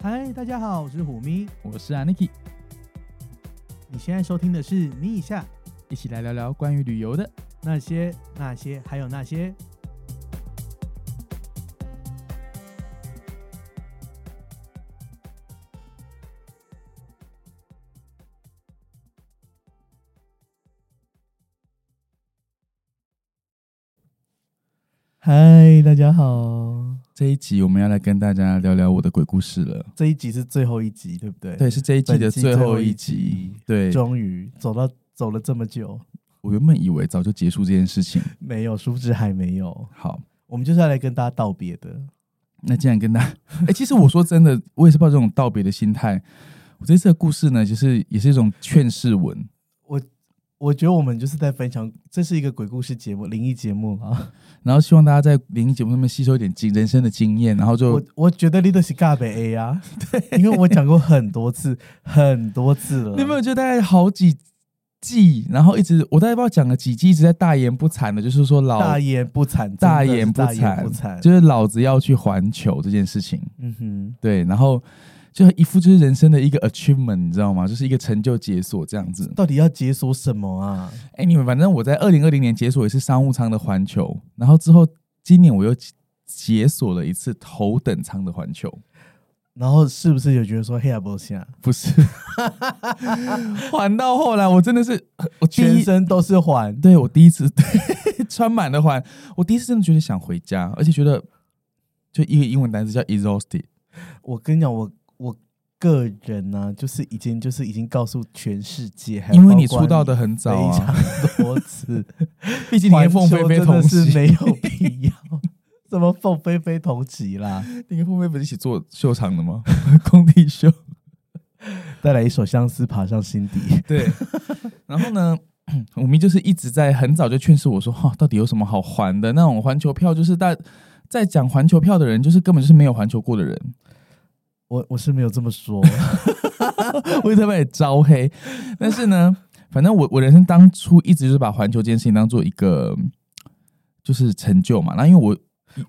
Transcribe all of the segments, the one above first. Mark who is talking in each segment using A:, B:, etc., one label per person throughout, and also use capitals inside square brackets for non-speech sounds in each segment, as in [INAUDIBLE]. A: 嗨，大家好，我是虎咪。
B: 我是 Aniki，
A: 你现在收听的是《咪一下
B: 一起来聊聊关于旅游的。
A: 那些那些还有那些》。嗨，大家好，
B: 这一集我们要来跟大家聊聊我的鬼故事了。
A: 这一集是最后一集，对不对？
B: 对，是这一季的最后一集。对，
A: 终于走到走了这么久，
B: 我原本以为早就结束这件事情。
A: 没有，殊不知还没有。
B: 好，
A: 我们就是要来跟大家道别的。
B: [LAUGHS] 那既然跟大家，哎、其实我说真的，我也是抱这种道别的心态。我这次的故事呢，其实也是一种劝世文。
A: 我觉得我们就是在分享，这是一个鬼故事节目、灵异节目啊。
B: 然后希望大家在灵异节目上面吸收一点经人生的经验，然后就
A: 我我觉得你都是尬北 A 啊，对，因为我讲过很多次、很多次了。
B: 你有没有觉得大概好几季，然后一直我大概不知道讲了几季，一直在大言不惭的，就是说老
A: 大言不惭，真的是
B: 大
A: 大
B: 言不
A: 不
B: 惭
A: 惭。
B: 就是老子要去环球这件事情，
A: 嗯哼，
B: 对，然后就一副就是人生的一个 achievement，你知道吗？就是一个成就解锁这样子。
A: 到底要解锁什么啊？
B: 哎，你们反正我在二零二零年解锁一次商务舱的环球，然后之后今年我又解解锁了一次头等舱的环球，
A: 然后是不是啊有觉得说黑亚伯下，
B: 不是 [LAUGHS] 环到后来我真的是呃我第
A: 全
B: 一
A: 身都是环？
B: 对我第一次对 [LAUGHS] 穿满了环，我第一次真的觉得想回家，而且觉得就一个英文单词叫 exhausted。
A: 我跟你讲，我我个人呢、就是已经就是已经告诉全世界，还有
B: 因为你
A: 包括
B: 出道的很
A: 非
B: 早啊，
A: 常多次。
B: [LAUGHS] 毕竟你跟凤飞飞同
A: 环球真的是
B: 期，
A: 没有必要。 [LAUGHS] 怎么凤飞飞同期啦？
B: [LAUGHS] 你跟凤飞飞不是一起做秀场
A: [LAUGHS]
B: 的吗？工地秀。
A: 带来一首《相思爬上心底》。 [LAUGHS]
B: 对，然后呢， [CLEARS THROAT] 我们就是一直在很早就劝说我说，哈、到底有什么好还的？那种环球票就是大在讲环球票的人，就是根本就是没有环球过的人， [LAUGHS]
A: 我我是没有这么说， [LAUGHS]
B: 我一直在被招黑。但是呢，反正我我人生当初一直就是把环球这件事情当做一个就是成就嘛。那因为我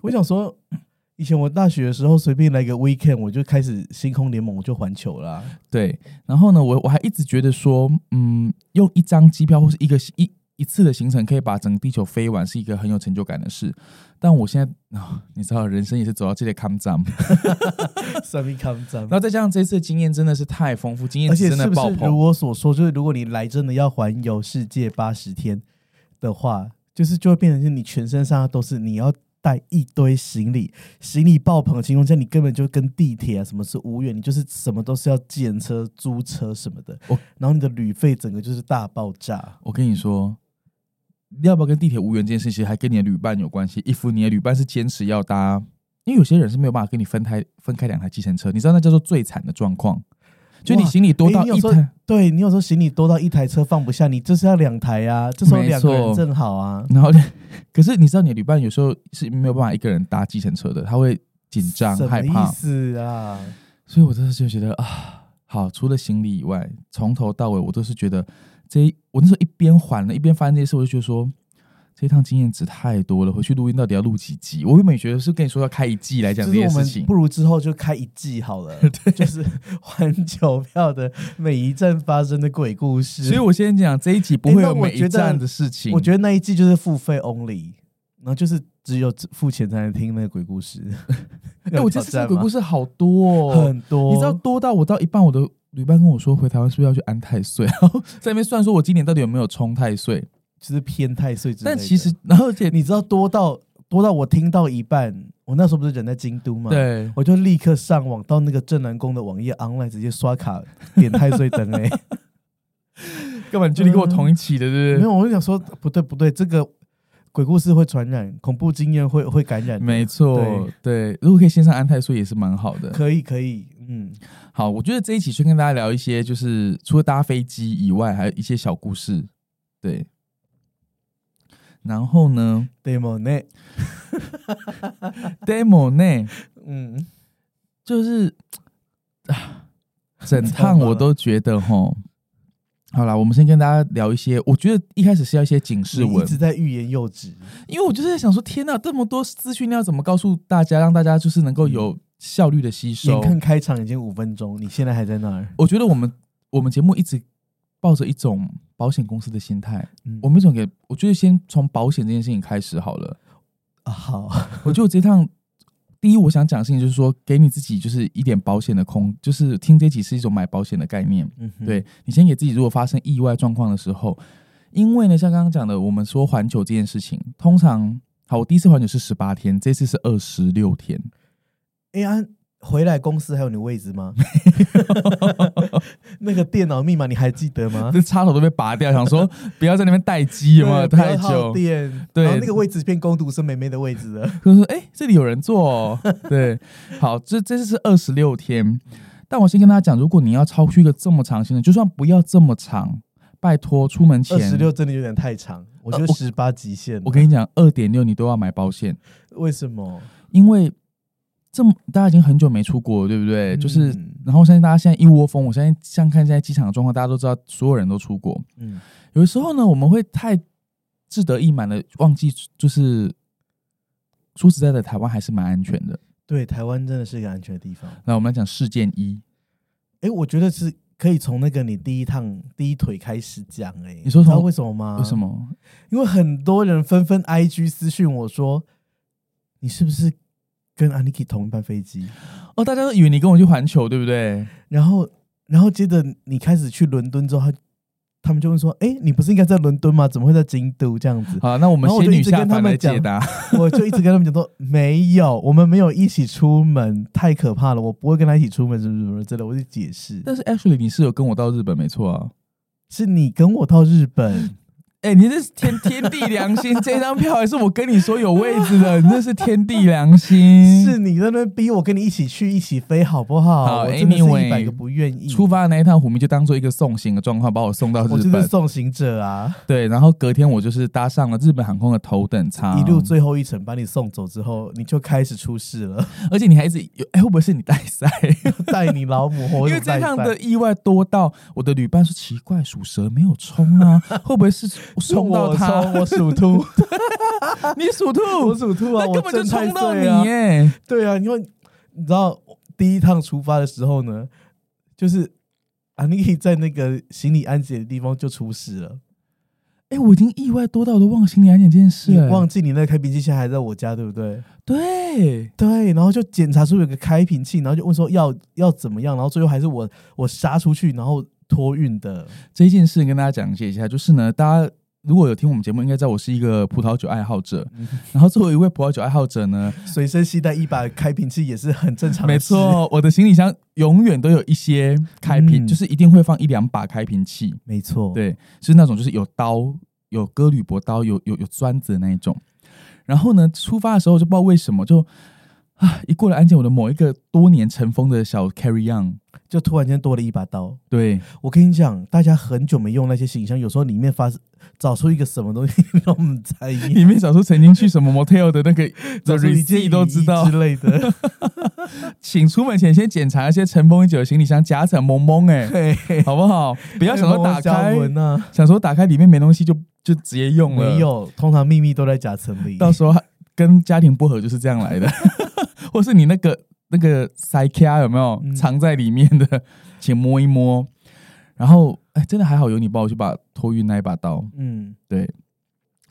A: 我想说，以前我大学的时候随便来个 weekend，我就开始星空联盟，我就环球啦。 [LAUGHS]
B: 对，然后呢，我我还一直觉得说，嗯，用一张机票或是一个一一次的行程，可以把整个地球飞完，是一个很有成就感的事。但我现在，啊，你知道，人生也是走到这里坎站，
A: 三米康章
B: 然，后再加上这次经验真的是太丰富，经验
A: 而
B: 值
A: 且
B: 真
A: 是
B: 的
A: 不
B: 爆
A: 是
B: 棚。
A: 如我所说，就是如果你来真的要环游世界八十天的话，就是就会变成是你全身上下都是你要。带一堆行李，行李爆棚的情况下，你根本就跟地铁啊什么是无缘，你就是什么都是要建车、租车什么的
B: 我，
A: 然后你的旅费整个就是大爆炸。
B: 我跟你说，要不要跟地铁无缘这件事，其实还跟你的旅伴有关系。一夫，你的旅伴是坚持要搭，因为有些人是没有办法跟你分开分开两台计程车，你知道那叫做最惨的状况，就你
A: 哇
B: 行李多
A: 诶
B: 到
A: 你有
B: 一
A: 时候
B: 台。
A: 对你有时候行李多到一台车放不下，你就是要两台啊，这时候两个
B: 没
A: 人
B: 错
A: 正好啊。
B: 然后，可是你知道，你的旅伴有时候是没有办法一个人搭计程车的，他会紧张
A: 什么
B: 害
A: 意
B: 怕，
A: 思啊？
B: 所以我真的就觉得啊，好，除了行李以外，从头到尾我都是觉得这一我那时候一边缓了，一边发生这些事，我就觉得说。这一趟经验值太多了，回去录音到底要录几集？我原本也觉得是跟你说要开一季来讲
A: 就是
B: 这件
A: 我
B: 事
A: 们
B: 情
A: 不，如之后就开一季好
B: [LAUGHS]
A: 了，就是环球票的每一站发生的鬼故事。
B: 所以我先讲这一集不
A: 诶
B: 会
A: 那
B: 有
A: 我
B: 每一
A: 觉得
B: 站的事情。
A: 我觉得那一季就是付费 only，然后就是只有付钱才能听那个鬼故
B: [LAUGHS]
A: 事。
B: 诶哎我觉得
A: [LAUGHS]
B: 这个鬼故
A: 事
B: 事好多、哦，
A: 很多，
B: 你知道多到我到一半，我的旅伴跟我说回台湾是不是要去安太岁，然后在那边算说我今年到底有没有冲太岁。
A: 就是偏太岁之类的。
B: 但其实，然后而且
A: 你知道多到多到我听到一半，我那时候不是人在京都吗？。
B: 对，
A: 我就立刻上网到那个正南宫的网页 online 直接刷卡点太岁灯哎、
B: 根本就你跟我同一起的，对
A: 没
B: 不对？
A: 有，我就想说不对不对，这个鬼故事会传染，恐怖经验会会感染的，
B: 没错，对，如果可以线上安太岁也是蛮好的。
A: 可以可以，嗯，
B: 好，我觉得这一期先跟大家聊一些，就是除了搭飞机以外，还有一些小故事。对，然后呢
A: 对吗？那
B: ，demo 内
A: 嗯，
B: 就是啊整趟我都觉得吼。好啦，我们先跟大家聊一些，我觉得一开始是要一些警示
A: 你一
B: 文，
A: 直在欲言又止，
B: 因为我就是在想说，天呐，这么多资讯量怎么告诉大家，让大家就是能够有效率的
A: 嗯
B: 吸
A: 眼
B: 收。
A: 看开场已经五分钟，你现在还在那儿。
B: 我觉得我们我们节目一直抱着一种保险公司的心态，
A: 嗯
B: 我们一种给我觉得先从保险这件事情开始
A: [LAUGHS]
B: 好了。
A: 啊好，
B: 我觉得我这趟第一我想讲的事情就是说，给你自己就是一点保险的空，就是听这集是一种买保险的概念。
A: 嗯哼，
B: 对你先给自己，如果发生意外状况的时候，因为呢，像刚刚讲的，我们说环球这件事情，通常好，我第一次环球是十八天，这次是二十
A: [LAUGHS]
B: 六天，
A: 哎呀，啊回来公司还有你位置
B: [LAUGHS]
A: 吗？那个电脑密码你还记得吗？
B: 这插头都被拔掉，想说不要在那边待机，有没
A: 对
B: 有
A: 不要
B: 太
A: 耗
B: 久？
A: 电，
B: 对
A: 然后那个位置变攻读生妹妹的位置了。
B: 可是哎、诶这里有人坐、哦，
A: [LAUGHS]
B: 对，好，这这次是二十六天，但我先跟大家讲，如果你要超出一个这么长行程，就算不要这么长，拜托出门前
A: 二十。六真的有点太长，我觉得
B: 呃我
A: 十八极限了。
B: 我跟你讲，二点六你都要买保险，
A: 为什么？
B: 因为这么大家已经很久没出国了，对不对？就是
A: 嗯，
B: 然后相信大家现在一窝蜂，我相信像看现在机场的状况，大家都知道所有人都出国。
A: 嗯，
B: 有的时候呢，我们会太志得意满的忘记，就是说实在的，台湾还是蛮安全的。
A: 对，台湾真的是一个安全的地方。
B: 那我们来讲事件一，
A: 哎，我觉得是可以从那个你第一趟第一腿开始讲。哎，
B: 你说
A: 知道
B: 从
A: 为什么吗？
B: 为什？么？
A: 因为很多人纷纷 IG 私讯我说，你是不是跟 Aniki 同一班飞机？
B: 哦，大家都以为你跟我去环球，对不对？
A: 然后，然后接着你开始去伦敦之后，他他们就问说：“哎，你不是应该在伦敦吗？怎么会在京都这样
B: [LAUGHS]
A: 子
B: 好，那我们
A: 然后我
B: 仙
A: 就一
B: 女
A: 直
B: 下
A: 跟他
B: 凡
A: 们
B: 来解
A: 讲
B: [LAUGHS] 答。？”
A: 我就一直跟他们讲说：“没有，我们没有一起出门，太可怕了，我不会跟他一起出门，什么什么什么之类。”我就解释，
B: 但是 actually 你是有跟我到日本，没错啊。
A: 是你跟我到日
B: [LAUGHS]
A: 本，
B: 哎、你这是天天地良心，这张票还是我跟你说有位置的，你这是天地良 [LAUGHS] 心。
A: 是你在那边逼我跟你一起去，一起飞，好不好？
B: 嗯好
A: 我真的是一百
B: anyway，
A: 个不愿意。
B: 出发的那一趟，虎迷就当做一个送行的状况，把我送到
A: 我就
B: 日
A: 是
B: 本。
A: 送行者啊，
B: 对，然后隔天我就是搭上了日本航空的头等舱，
A: 一路。最后一程把你送走之后，你就开始出事了， [LAUGHS]
B: 而且你还一直有，哎、会不会是你带赛？
A: 带你老母活
B: [LAUGHS] 因为
A: 有
B: 这
A: 带
B: 趟
A: 赛
B: 的意外多到我的旅伴说奇怪，属蛇没有冲啊，会不会是冲到他？
A: 我属兔，
B: [LAUGHS] 你属兔，
A: 我属兔啊，
B: 那
A: 我
B: 根本就
A: 正太
B: 冲到你
A: 岁啊！
B: 耶、
A: 对啊，因为你知道第一趟出发的时候呢，就是啊阿尼在那个行李安检的地方就出事了，
B: 哎、我已经意外多到我都忘心理安检这件事、
A: 你
B: 哎
A: 忘记你那个开瓶器现在还在我家，对不对？
B: 对，
A: 对，然后就检查出有个开瓶器，然后就问说要要怎么样，然后最后还是我我杀出去，然后托运的，
B: 这件事跟大家讲解一下，就是呢，大家如果有听我们节目，应该知道我是一个葡萄酒爱好者。
A: 嗯
B: 然后作为一位葡萄酒爱好者呢，
A: 随身携带一把开瓶器也是很正常的，
B: 没，错，我的行李箱永远都有一些开瓶，
A: 嗯
B: 就是一定会放一两把开瓶器，
A: 没错，
B: 对，是那种就是有刀、有哥吕伯刀、有有有钻子的那一种。然后呢，出发的时候就不知道为什么就啊，一过了安检，我的某一个多年尘封的小 carry on，
A: 就突然间多了一把刀。
B: 对，
A: 我跟你讲，大家很久没用那些行李箱，有时候里面发找出一个什么东西 [LAUGHS] 让我们在意，
B: 里面找出曾经去什么 motel 的那
A: [LAUGHS]
B: 个
A: 找
B: 的
A: 出一件
B: receipt 都
A: 雨
B: 知
A: 衣
B: 道
A: 之类的。
B: 请出门前先检查一些尘封已久的行李箱夹层蒙蒙哎，
A: 对，
B: 好不好？ [LAUGHS] 不
A: 不
B: 要想说打开，
A: 文啊，
B: 想说打开里面没东西就就直接用了，
A: 没，有，通常秘密都在夹层里。
B: 到时候跟家庭不和就是这样来的，或是你那个那个塞卡有没有
A: 嗯
B: 藏在里面的，请摸一摸。然后哎，真的还好有你帮我去把托运那一把刀，
A: 嗯，
B: 对。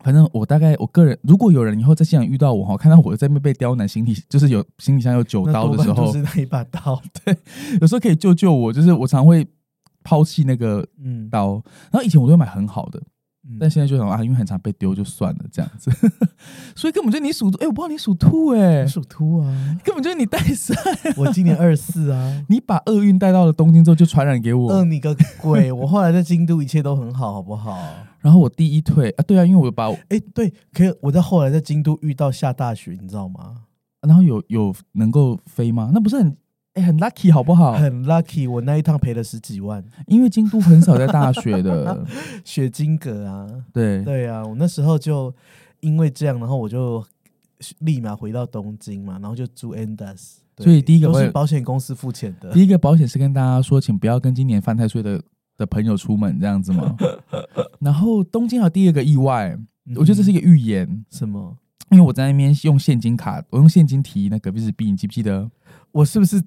B: 反正我大概我个人，如果有人以后在现场遇到我哈，看到我在那边被刁难，行李就是有行李箱有九
A: 那
B: 刀
A: 多
B: 的时
A: 半
B: 候
A: 就，是那一把刀。
B: 有时候可以救救我，就是我常会抛弃那个
A: 嗯，
B: 刀，然后以前我都会买很好的，
A: 嗯
B: 但现在就想啊，因为很常被丢就算了这样子， [LAUGHS] 所以根本就你属兔，哎、我不知道你属兔哎、
A: 我属兔啊，
B: 根本就是你带赛，。
A: [LAUGHS] 我今年二四啊
B: 你把厄运带到了东京之后就传染给我，
A: 饿你个鬼！ [LAUGHS] 我后来在京都一切都很好，好不好？
B: 然后我第一退啊，对啊，因为我把我
A: 哎，对，可以我在后来在京都遇到下大雪，你知道吗？
B: 然后有有能够飞吗？那不是很哎、很 lucky 好不好？
A: 很 lucky，我那一趟赔了十几万，
B: 因为京都很少在大雪的，
A: 雪晶阁啊。
B: 对
A: 对啊，我那时候就因为这样，然后我就立马回到东京嘛，然后就住 Endas。
B: 所以第一个
A: 都
B: 会
A: 是保险公司付钱的
B: 第，一个保险是跟大家说，请不要跟今年犯太岁的的朋友出门这样子吗？然后东京还有第二个意外，
A: 嗯
B: 我觉得这是一个预言，
A: 什么？
B: 因为我在那边用现金卡，我用现金提那个 Visa 币，你记不记得？
A: 我是不 [SIGHS] 是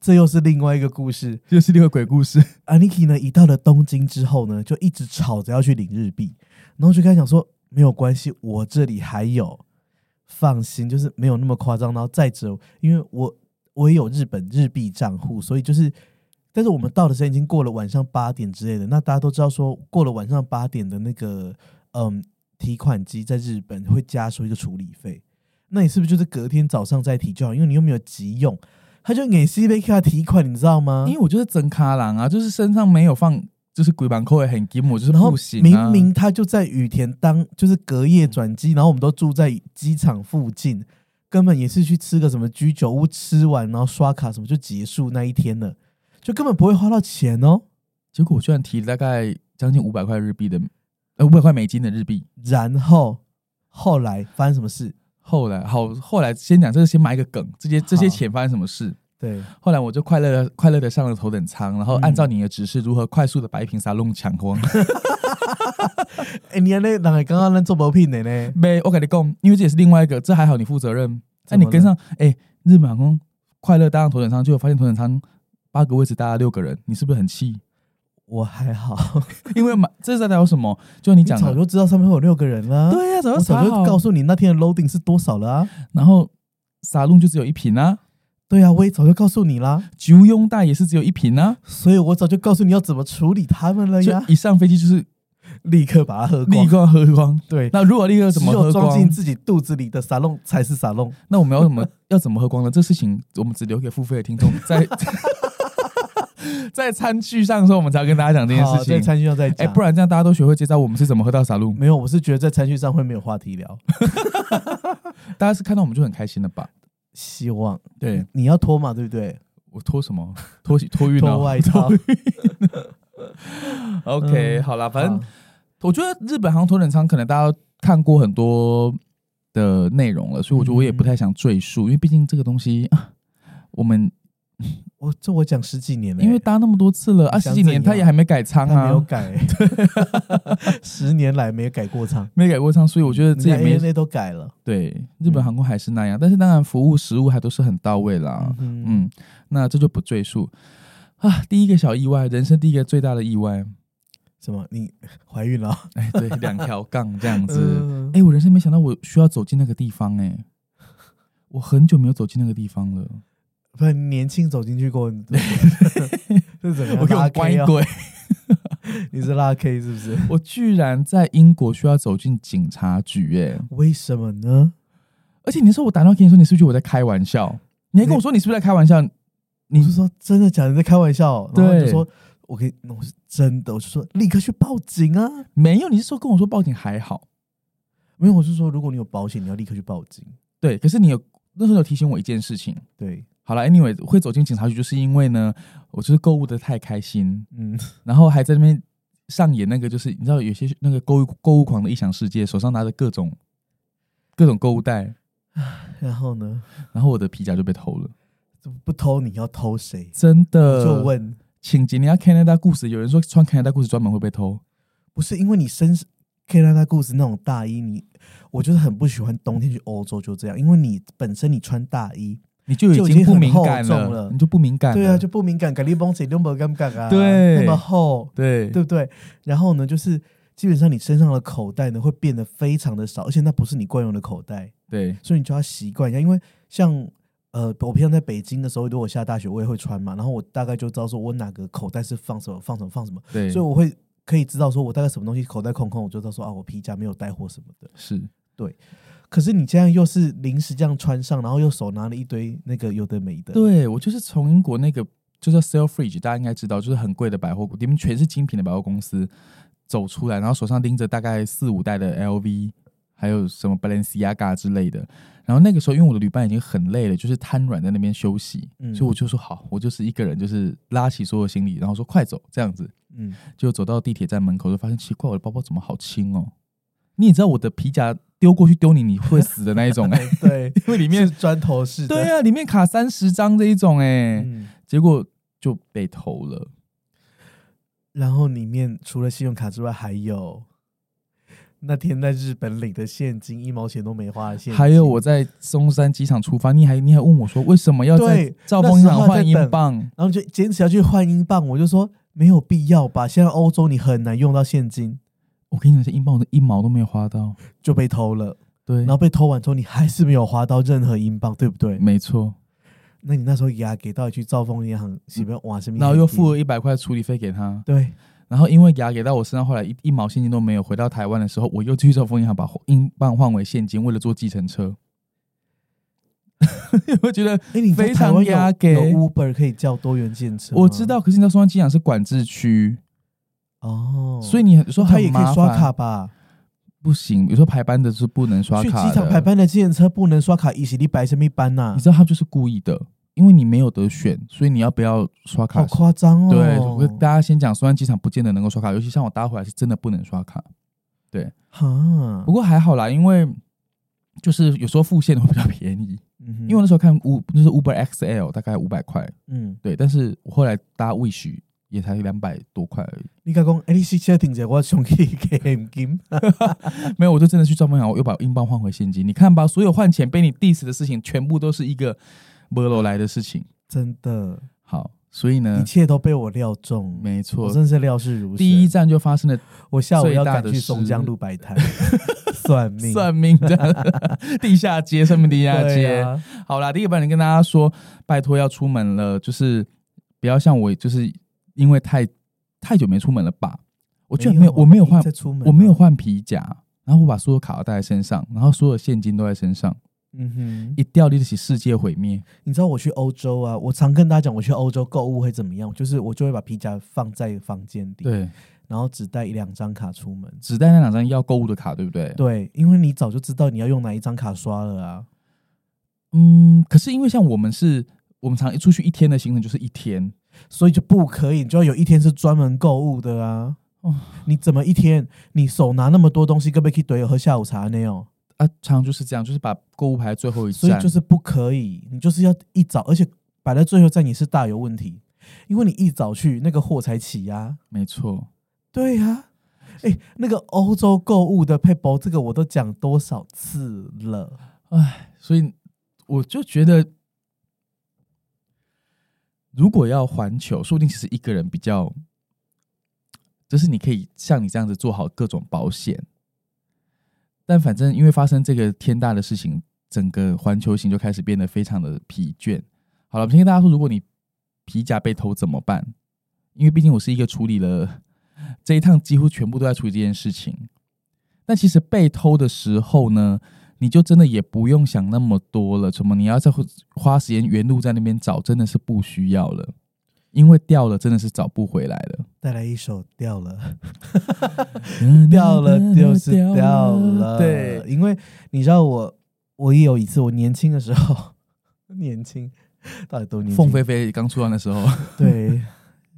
A: 这又是另外一个故事
B: 又是另外鬼故事。
A: ？Aniki 呢，一到了东京之后呢，就一直吵着要去领日币，然后就跟他讲说没有关系，我这里还有，放心，就是没有那么夸张。然后再者，因为我我也有日本日币账户，所以就是。但是我们到的时间已经过了晚上八点之类的，那大家都知道说，过了晚上八点的那个嗯提款机在日本会加收一个处理费，那你是不是就是隔天早上再提就好？因为你又没有急用，他就给 C B K 提款，你知道吗？
B: 因为我就是整卡郎啊，就是身上没有放，就是鬼板扣也很金，我就是
A: 然后
B: 不行、啊。嗯
A: 明明他就在羽田当，就是隔夜转机，然后我们都住在机场附近，根本也是去吃个什么居酒屋，吃完然后刷卡什么就结束那一天了，就根本不会花到钱哦。
B: 结果我居然提了大概将近五百块日币的，呃，五百块美金的日币。
A: 然后后来发生什么事？
B: 后来好，后来先讲这个，先埋一个梗，这些这些
A: 好
B: 钱发生什么事？
A: 对，
B: 后来我就快乐的快乐的上了头等舱，然后
A: 嗯
B: 按照你的指示，如何快速的把一瓶沙弄抢光。 [LAUGHS]
A: 哎、你那人家刚刚那做毛病的呢？
B: 没，我跟你讲，因为这也是另外一个，这还好你负责任。那、
A: 怎么
B: 你
A: 了
B: 跟上，哎、日本航空快乐搭上头等舱，就发现头等舱八个位置搭了六个人，你是不是很气？
A: 我还好，
B: [LAUGHS] 因为嘛，这是在聊什么？就你
A: 你
B: 讲
A: 早
B: 的，
A: 就知道上面会有六个人了、
B: 对呀、啊早
A: 啊我
B: 就
A: 早
B: 查
A: 就
B: 好
A: 告诉你那天的 loading 是多少了啊！
B: 然后沙龙就只有一瓶啊，
A: 对啊，我也早就告诉你啦，
B: 酒用袋也是只有一瓶啊，
A: 所以我早就告诉你要怎么处理他们了
B: 就
A: 呀，
B: 一上飞机就是
A: 立刻把它喝光
B: 立。刻喝光。 [LAUGHS]
A: 对，
B: 那如果立刻怎
A: 只
B: 么
A: 有
B: 喝
A: 装进
B: 光？
A: 自己肚子里的沙龙 [LAUGHS] 才是沙龙。
B: 那我们要怎么 [LAUGHS] 要怎么喝光呢？这事情我们只留给付费的听
A: [LAUGHS]
B: 众，在 [LAUGHS] 在餐具上的时候，我们才要跟大家讲这件
A: 好在
B: 事情。
A: 餐具上再
B: 哎、
A: 讲。
B: 不
A: 然
B: 然这样大家都学会这招，我们是怎么喝到沙龙？
A: 没有，我是觉得在餐具上会没有话题聊。 [LAUGHS]
B: 大家是看到我们就很开心了吧？
A: 希望
B: 对
A: 你要脱嘛，对不对？
B: 我脱什么？脱脱
A: [LAUGHS]
B: 晕了、
A: 脱外套。
B: OK，、好啦，反正
A: 好
B: 我觉得日本航空头等舱可能大家看过很多的内容了，所以我觉得我也不太想赘
A: 嗯
B: 述，因为毕竟这个东西 [LAUGHS] 啊，我们
A: 我这我讲十几年了欸，
B: 因为搭那么多次了，啊
A: 你
B: 二
A: 想
B: 十几年，
A: 怎样
B: 它也还没改
A: 他
B: 仓
A: 没有
B: 啊，
A: 改， [LAUGHS] 十年来没有改过仓，
B: 没改过仓，所以我觉得这也没
A: 那都改嗯了。
B: 对。日本航空还是那样，但是当然服务、食物还都是很到位啦。
A: 嗯，
B: 嗯，那这就不赘述啊。第一个小意外，人生第一个最大的意外，
A: 什么？你怀孕了？
B: 哎，
A: [LAUGHS]
B: 对，两条杠这样子。
A: 嗯
B: 哎、我人生没想到我需要走进那个地方、哎，我很久没有走进那个地方了。
A: 不是年轻走进去过，你
B: [LAUGHS]
A: 是怎么样？
B: 我给我
A: 拉
B: 乖
A: K 啊？
B: 鬼！
A: 你是拉 K 是不是？
B: 哦 [LAUGHS] 我居然在英国需要走进警察局、耶！
A: 为什么呢？
B: 而且你说我打电话给你说，你是不是觉得我在开玩笑？你还跟我说你是不是在开玩笑？
A: 你
B: 你
A: 是说真的假的？你在开玩笑哦？然后
B: 对
A: 就说我可以，那我是真的，我就说立刻去报警啊！
B: 没有，你是说跟我说报警还好，
A: 没有，我是说如果你有保险，你要立刻去报警。
B: 对。可是你有那时候有提醒我一件事情。
A: 对，
B: 好了，anyway，会走进警察局就是因为呢，我就是购物的太开心，
A: 嗯，
B: 然后还在那边上演那个就是你知道有些那个购物购物狂的异想世界，手上拿着各种各种购物袋，
A: [LAUGHS] 然后呢？
B: 然后我的皮夹就被偷了，
A: 不偷你要偷谁？
B: 真的。
A: 我就问，
B: 请吉尼亚 Canada 故事，有人说穿 Canada 故事专门会被偷，
A: 不是因为你身上 Canada 故事那种大衣，你我就是很不喜欢冬天去欧洲就这样，因为你本身你穿大衣，
B: 你就
A: 就已
B: 经
A: 经
B: 不
A: 很
B: 敏感
A: 厚重
B: 了，
A: 了
B: 你就不敏感了。
A: 对啊，就不敏感，感力绷紧，那么尴尬啊，
B: 对
A: 那么厚，
B: 对
A: 对不对？然后呢，就是基本上你身上的口袋呢会变得非常的少，而且那不是你惯用的口袋，
B: 对
A: 所以你就要习惯一下，因为像。呃，我平常在北京的时候，如果下大雪，我也会穿嘛，然后我大概就知道说我哪个口袋是放什么，放什么，放什么，
B: 对，
A: 所以我会可以知道说我大概什么东西口袋空空，我就知道说啊，我皮夹没有带或什么的。
B: 是
A: 可是你这样又是临时这样穿上，然后又手拿了一堆那个有的没的，
B: 对我就是从英国那个就叫 Selfridge，大家应该知道，就是很贵的百货，里面全是精品的百货公司走出来，然后手上拎着大概四五袋的 LV，还有什么 Balenciaga 之类的。然后那个时候，因为我的旅伴已经很累了，就是瘫软在那边休息，
A: 嗯
B: 所以我就说好，我就是一个人，就是拉起所有行李，然后说快走这样子。
A: 嗯，
B: 就走到地铁站门口，就发现奇怪，我的包包怎么好轻哦？你也知道我的皮夹丢过去丢你，你会死的那一种
A: [LAUGHS]
B: 哎、
A: 对，
B: 因为 [LAUGHS] 里
A: 里
B: 面
A: 面砖头式的，
B: 对啊，里面卡三十张这一种哎、
A: 嗯，
B: 结果就被偷了。
A: 然后里面除了信用卡之外，还有那天在日本领的现金，一毛钱都没花的现金。
B: 还有我在松山机场出发，你还你还问我说为什么要在
A: 对
B: 兆丰
A: 那
B: 机
A: 时
B: 场
A: 候在
B: 换英
A: 等
B: 镑？
A: 然后就坚持要去换英镑，我就说没有必要吧。现在欧洲你很难用到现金，
B: 我跟你讲，这英镑我的一毛都没有花到。
A: 就被偷了。
B: 对
A: 然，后被偷完之后，你还是没有花到任何英镑，对不对？
B: 没错。
A: 那你那时候牙给到底去兆丰银行，是不是哇什么？
B: 然后又付了一百块处理费给他。
A: 对，
B: 然后因为牙给到我身上，后来一一毛现金都没有。回到台湾的时候，我又去兆丰银行把英镑换为现金，为了坐计程车。 [LAUGHS] 我觉得
A: 哎，你在
B: 非常
A: 台湾有
B: 压给
A: 有 Uber 可以叫多元建车，
B: 我知道，可是你知道松山机场是管制区，
A: 哦，
B: 所以你很说
A: 他
B: 很
A: 也可
B: 麻
A: 以
B: 烦
A: 刷卡吧？
B: 不行，有时候排班的是不能刷
A: 去
B: 卡的。
A: 机场排班的计程车不能刷卡，一起你白什么班呐
B: 你？知道他就是故意的，因为你没有得选，所以你要不要刷卡
A: 好
B: 是？
A: 夸张哦！
B: 对，我跟大家先讲，松山机场不见得能够刷卡，尤其像我搭回来是真的不能刷卡。
A: 哈
B: 不，过还好啦，因为就是有时候付现会比较便宜，
A: 因
B: 因为我那时候看 U 就是 Uber XL 大概五百块，
A: 嗯，
B: 对，但是我后来搭 Wish 也才两百多块而已。 [LAUGHS]
A: 你讲讲，哎，你是车停者，我想去 Game 金，
B: 没有，我就真的去兆丰银行，我又把英镑换回现金。你看吧，所有换钱被你 diss 的事情，全部都是一个波罗来的事情。
A: 真的，
B: 好，所以呢
A: 一，切都被我料中，
B: 嗯没
A: 我
B: 错，
A: 真是料事如神。
B: 第一站就发生了
A: 我下午
B: 最
A: 要
B: 大
A: 赶
B: 的
A: 去
B: 失
A: 松江路摆摊 [LAUGHS] 算命，
B: 算命的
A: [LAUGHS]
B: 地下街，算命地下
A: 对
B: 街。
A: 啊，
B: 好啦，第一个版本跟大家说，拜托要出门了，就是不要像我，就是因为太太久没出门了吧？我
A: 我
B: 居然没有，我没有换，
A: 再出门，啊
B: 我没有，换皮夹，然后我把所有卡都带在身上，然后所有现金都在身上，
A: 嗯哼，
B: 一掉立得起世界毁灭。
A: 你知道我去欧洲啊，我常跟大家讲，我去欧洲购物会怎么样，就是我就会把皮夹放在房间里，
B: 对，
A: 然后只带一两张卡出门。
B: 只带那两张要购物的卡，对不对？
A: 对，因为你早就知道你要用哪一张卡刷了啊。
B: 嗯，可是因为像我们是，我们常一出去一天的行程就是一天，
A: 所以就不可以，你就要有一天是专门购物的啊。
B: 哦
A: 你怎么一天你手拿那么多东西，根本可以怼喝下午茶那哦？
B: 啊，常常就是这样，就是把购物排在最后一
A: 所
B: 站，
A: 以就是不可以，你就是要一早，而且摆在最后站也是大有问题，因为你一早去那个货才起呀、
B: 没错。
A: 对呀、哎、那个欧洲购物的 p a p e 这个我都讲多少次了？
B: 所以我就觉得，如果要环球，说不定其实一个人比较，就是你可以像你这样子做好各种保险。但反正因为发生这个天大的事情，整个环球行就开始变得非常的疲倦。好了，我们先跟大家说，如果你皮夹被偷怎么办？因为毕竟我是一个处理了这一趟几乎全部都在处理这件事情。但其实被偷的时候呢，你就真的也不用想那么多了。什么你要再花时间原路在那边找，真的是不需要了，因为掉了真的是找不回来了。
A: 带来一首掉了， [LAUGHS] 掉了就是掉了。
B: 嗯对，
A: 因为你知道我，我也有一次，我年轻的时候， [LAUGHS] 年轻到底多年轻？
B: 凤飞飞刚出来的时候， [LAUGHS]
A: 对，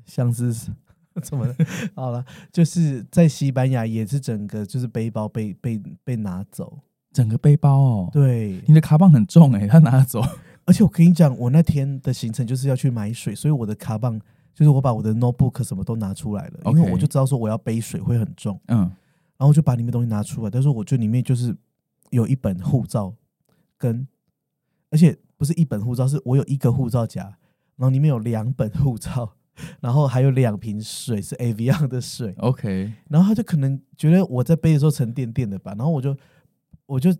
A: 像是 [LAUGHS] 怎么了好了？就是在西班牙也是整个就是背包被被被拿走。
B: 整个背包哦，
A: 对，
B: 你的卡棒很重哎、他拿走， [LAUGHS]
A: 而且我跟你讲，我那天的行程就是要去买水，所以我的卡棒就是我把我的 notebook 什么都拿出来了，因
B: OK
A: 为我就知道说我要背水会很重，
B: 嗯，
A: 然后我就把里面东西拿出来，但是我就里面就是有一本护照跟，而且不是一本护照，是我有一个护照夹，然后里面有两本护照。然后还有两瓶水是 Avion 的水，
B: 哦 OK，
A: 然后他就可能觉得我在背的时候沉甸甸的吧，然后我就我就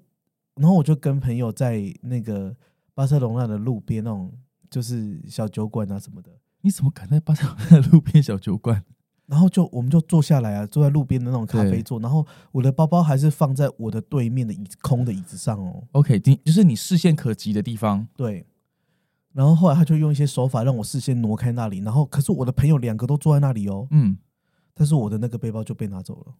A: 然后我就跟朋友在那个巴塞隆纳的路边那种就是小酒馆啊什么的，
B: 你怎么敢在巴塞罗那的路边小酒馆？
A: 然后就我们就坐下来啊，坐在路边的那种咖
B: 对
A: 啡座，然后我的包包还是放在我的对面的椅子空的椅子上哦，
B: OK，你就是你视线可及的地方，
A: 对。然后后来他就用一些手法让我视线挪开那里，然后可是我的朋友两个都坐在那里哦，
B: 嗯，
A: 但是我的那个背包就被拿走了。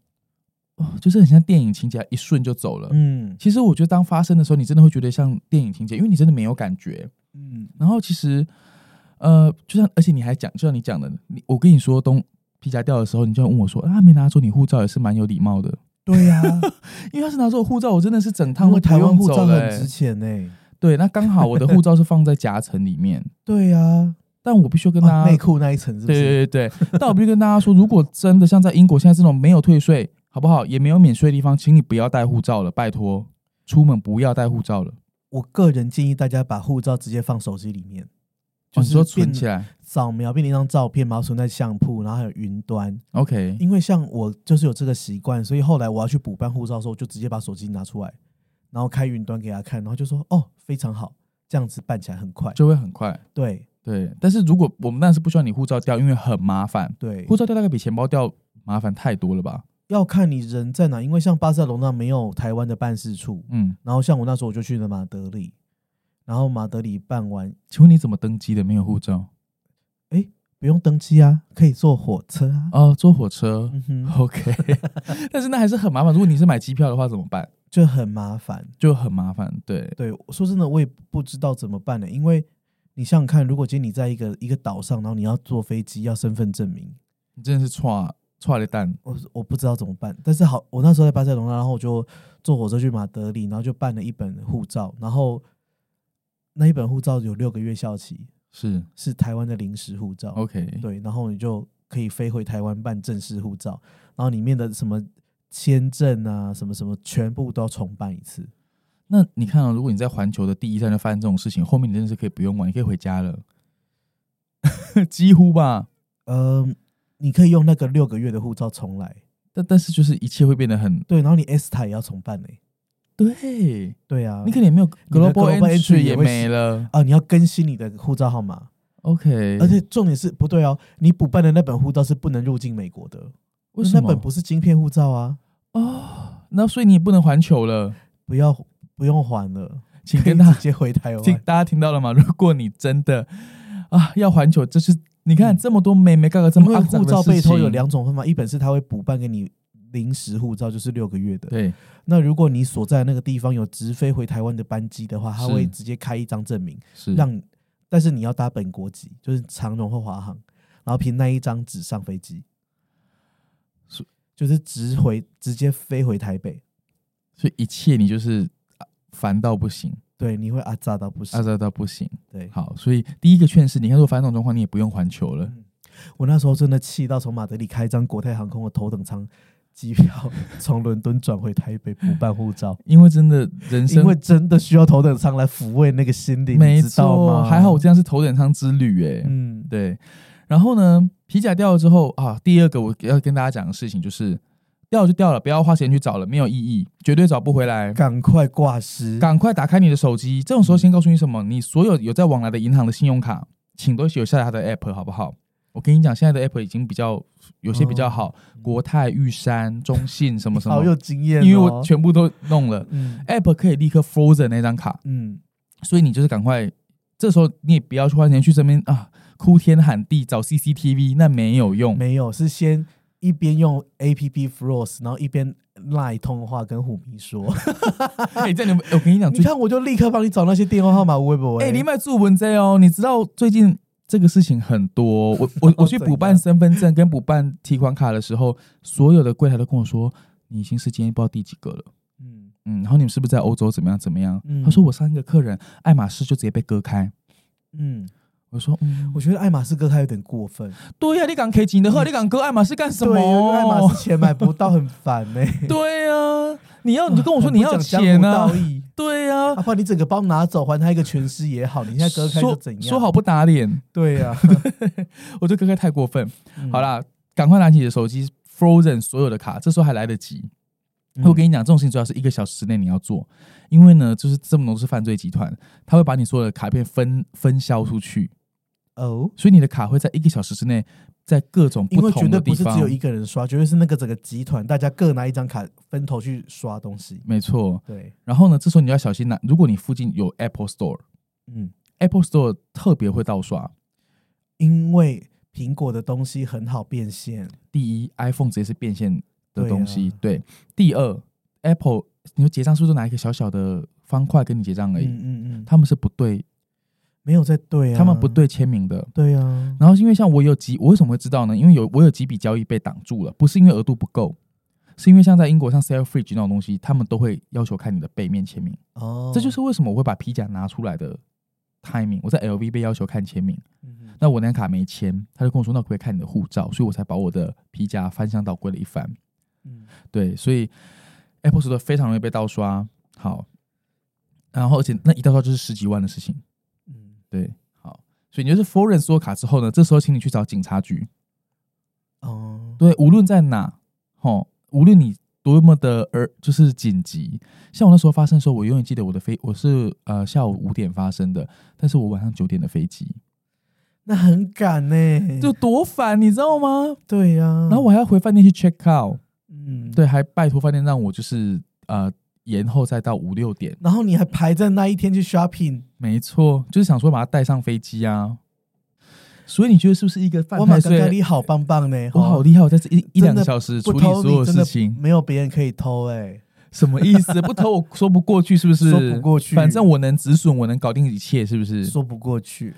B: 哦，就是很像电影情节，一瞬就走了。
A: 嗯
B: 其实我觉得当发生的时候，你真的会觉得像电影情节，因为你真的没有感觉。
A: 嗯，
B: 然后其实，呃，就像而且你还讲，就像你讲的，你我跟你说东皮夹掉的时候，你就问我说啊，没拿走你护照也是蛮有礼貌的，
A: 对啊 [LAUGHS] 呀、
B: 因为要是拿走我护照，我真的是整
A: 因
B: 趟
A: 为
B: 都
A: 台湾护照
B: 不用走了
A: 很
B: 欸
A: 值钱呢、
B: 对，那刚好我的护照是放在夹层里面，
A: 对呀、
B: 但我必须要跟大
A: 啊
B: 家。
A: 内裤那一层是不是？
B: 对对对对，但我必须跟大家说，如果真的像在英国现在这种没有退税，好不好？也没有免税的地方，请你不要带护照了，拜托，出门不要带护照了。
A: 我个人建议大家把护照直接放手机里面，就
B: 哦、你
A: 是
B: 说
A: 变
B: 存起来
A: 扫描变成一张照片，然后存在相簿，然后还有云端。
B: ，OK？
A: 因为像我就是有这个习惯，所以后来我要去补办护照的时候，我就直接把手机拿出来，然后开云端给他看，然后就说哦非常好，这样子办起来很快。
B: 就会很快。
A: 对
B: 对，但是如果我们当然是不需要你护照掉，因为很麻烦。
A: 对，
B: 护照掉大概比钱包掉麻烦太多了吧？
A: 要看你人在哪，因为像巴塞罗那没有台湾的办事处，
B: 嗯，
A: 然后像我那时候我就去了马德里，然后马德里办完
B: 请问你怎么登机的？没有护照？
A: 不用登机啊，可以坐火车啊。
B: 哦，坐火车。
A: 嗯哼，
B: OK，但是 [LAUGHS] 那还是很麻烦。如果你是买机票的话怎么办？
A: 就很麻烦。
B: 就很麻烦。对，
A: 对，说真的，我也不知道怎么办呢，欸因为你想想看，如果今天你在一个一个岛上，然后你要坐飞机，要身份证明，
B: 你真的是错错了蛋。
A: 我我不知道怎么办。但是好，我那时候在巴塞罗那，然后我就坐火车去马德里，然后就办了一本护照，然后那一本护照有六个月效期，
B: 是
A: 是台湾的临时护照。
B: OK，
A: 嗯对，然后你就可以飞回台湾办正式护照，然后里面的什么签证啊，什么什么，全部都要重办一次。
B: 那你看、哦，如果你在环球的第一站就发生这种事情，后面你真的是可以不用玩，你可以回家了， [LAUGHS] 几乎吧。
A: 嗯、你可以用那个六个月的护照重来，
B: 但但是就是一切会变得很
A: 对，然后你 S 卡也要重办呢、
B: 对，
A: 对啊，
B: 你可能也没有
A: 你的
B: global
A: global entry
B: entry
A: 也
B: 也
A: 会
B: 没了。
A: 啊，你要更新你的护照号码，
B: OK，
A: 而且重点是不对哦，你补办的那本护照是不能入境美国的，
B: 为什
A: 那
B: 么
A: 本不是晶片护照啊，
B: 哦？那所以你也不能环
A: [LAUGHS]
B: 球了，
A: 不要不用还了，
B: 请
A: 可以
B: 跟大
A: 直接回台
B: [LAUGHS] 请
A: 湾。
B: 大家听到了吗？如果你真的啊要环球，这是你看
A: 嗯
B: 这么多妹妹哥哥这
A: 因
B: 么
A: 为
B: 肮脏
A: 护
B: 的
A: 照
B: 事
A: 被偷有
B: 情
A: 两种方法，一本是他会补办给你临时护照，就是六个月的，
B: 对
A: 那如果你所在的那个地方有直飞回台湾的班机的话，他
B: 是
A: 会直接开一张证明，
B: 是
A: 让你，但是你要搭本国籍，就是长荣或华航，然后凭那一张纸上飞机，
B: 是
A: 就是直回直接飞回台北，
B: 所以一切你就是啊烦到不行，
A: 对，你会啊炸到不行。
B: 阿扎到不行。
A: 对，
B: 好，所以第一个劝是，你看，如果发生这种状况，你也不用环球了。
A: 嗯我那时候真的气到从马德里开一张国泰航空的头等舱机票，
B: [LAUGHS]
A: 从伦敦转回台北补办护照。
B: 因为真的 [LAUGHS] 人生
A: 因为真的需要头等舱来抚慰那个心灵，
B: 没
A: 你知道
B: 错，
A: 吗？
B: 还好我，这样是头等舱之旅、哎、
A: 嗯，
B: 对。然后呢，皮夹掉了之后啊，第二个我要跟大家讲的事情就是，掉了就掉了，不要花钱去找了，没有意义，绝对找不回来。
A: 赶快挂失，
B: 赶快打开你的手机，这种时候先告诉你什么，你所有有在往来的银行的信用卡，请都有下载它的 app 好不好？我跟你讲，现在的 app 已经比较有些比较好，国泰、玉山、中信什么什么，
A: 哦好有经验、哦，
B: 因为我全部都弄了。
A: 嗯
B: App 可以立刻 frozen 那张卡，
A: 嗯，
B: 所以你就是赶快，这时候你也不要去花钱去这边啊哭天喊地找 CCTV，那没有用。
A: 没有，是先一边用 A P P Frost，然后一边 Line 通话跟虎迷
B: 啊
A: 说，
B: 哎，这样你们我跟你讲，
A: [LAUGHS] 你
B: 最
A: 看我就立刻帮你找那些电话号码，微博
B: 哎，你买做文 J 哦，你知道最近这个事情很多，
A: [LAUGHS]
B: 我我我去补办身份证跟补办提款卡的时候，所有的柜台都跟我说，你已经是今天不知道第几个了。
A: 嗯
B: 嗯，然后你们是不是在欧洲怎么样怎么样？
A: 嗯
B: 他说我三个客人，爱马仕就直接被割开。
A: 嗯，
B: 我说，嗯
A: 我，觉得爱马仕哥他有点过分，
B: 对啊呀、你敢 K 金的喝，你敢割爱马仕干什么？
A: 对，因为爱马仕钱买不到，很烦呢、
B: 对呀、你要你就跟我说
A: 很
B: 你
A: 不
B: 要
A: 讲江湖
B: 钱啊
A: 道，义
B: 对呀、
A: 啊，不然你整个包拿走，还他一个全尸也好，你现在割开
B: 说
A: 又怎样？
B: 说好不打脸，
A: 对
B: [LAUGHS]
A: 呀、
B: 我就哥哥太过分。
A: 嗯
B: 好，啦，赶快拿起你的手机，frozen 所有的卡，这时候还来得及。
A: 嗯
B: 我跟你讲，这种事情主要是一个小时之内你要做，因为呢，就是这么多是犯罪集团，他会把你所有的卡片分分销出去，
A: 哦。
B: 所以你的卡会在一个小时之内，在各种
A: 因
B: 不
A: 为绝对
B: 同的
A: 不
B: 地
A: 是只有
B: 方
A: 一。个人刷，绝对是那个整个集团大家各拿一张卡分头去刷东西。
B: 没错，
A: 对，
B: 然后呢，这时候你要小心拿，如果你附近有 Apple Store，Apple
A: 嗯，
B: Store 特别会盗刷。
A: 因为苹果的东西很好变现，
B: 第一，iPhone 直接是变现的东西，
A: 对
B: 对,、
A: 啊
B: 第二，Apple，你说结账是不是都拿一个小小的方块跟你结账而已？
A: 嗯嗯嗯，
B: 他们是不对，
A: 没有在对啊，
B: 他们不，对签名的。
A: 对啊，
B: 然后因为像我有几，我为什么会知道呢？因为有我有几笔交易被挡住了，不是因为额度不够，是因为像在英国像 Selfridge 那种东西，他们都会要求看你的背面签名。
A: 哦，
B: 这就是为什么我会把皮夹拿出来的 timing。我在 LV 被要求看签名，
A: 嗯嗯
B: 那我那张卡没签，他就跟我说那我可不可以看你的护照？所以我才把我的皮夹翻箱倒柜了一番。
A: 嗯，
B: 对，所以 Apple Store 非常容易被盗刷。好，然后而且那一盗刷就是十几万的事情。
A: 嗯，
B: 对，好，所以你就是 Foreign 刷卡之后呢，这时候请你去找警察局。
A: 哦，
B: 对，无论在哪，吼，无论你多么的而就是紧急，像我那时候发生的时候，我永远记得我的飞，我是呃下午五点发生的，但是我晚上九点的飞机，
A: 那很赶呢、
B: 就多烦，你知道吗？
A: 对呀、
B: 然后我还要回饭店去 check out，
A: 嗯，
B: 对，还拜托饭店让我就是呃延后再到五六点，
A: 然后你还排在那一天去 shopping，
B: 没错，就是想说把它带上飞机啊。所以你觉得是不是一个犯
A: 我
B: 太
A: 马刚
B: 岁
A: 刚？你好棒棒呢，
B: 我
A: 哦
B: 好厉害，我在这一一
A: 真
B: 两
A: 的
B: 个小时处
A: 不
B: 理
A: 偷
B: 所有
A: 你真
B: 事
A: 的
B: 情。
A: 没有别人可以偷哎、
B: 什么意思？不投我说不过去是不是？
A: 说不过去
B: 反正我能止损，我能搞定一切，是不是？
A: 说不过去。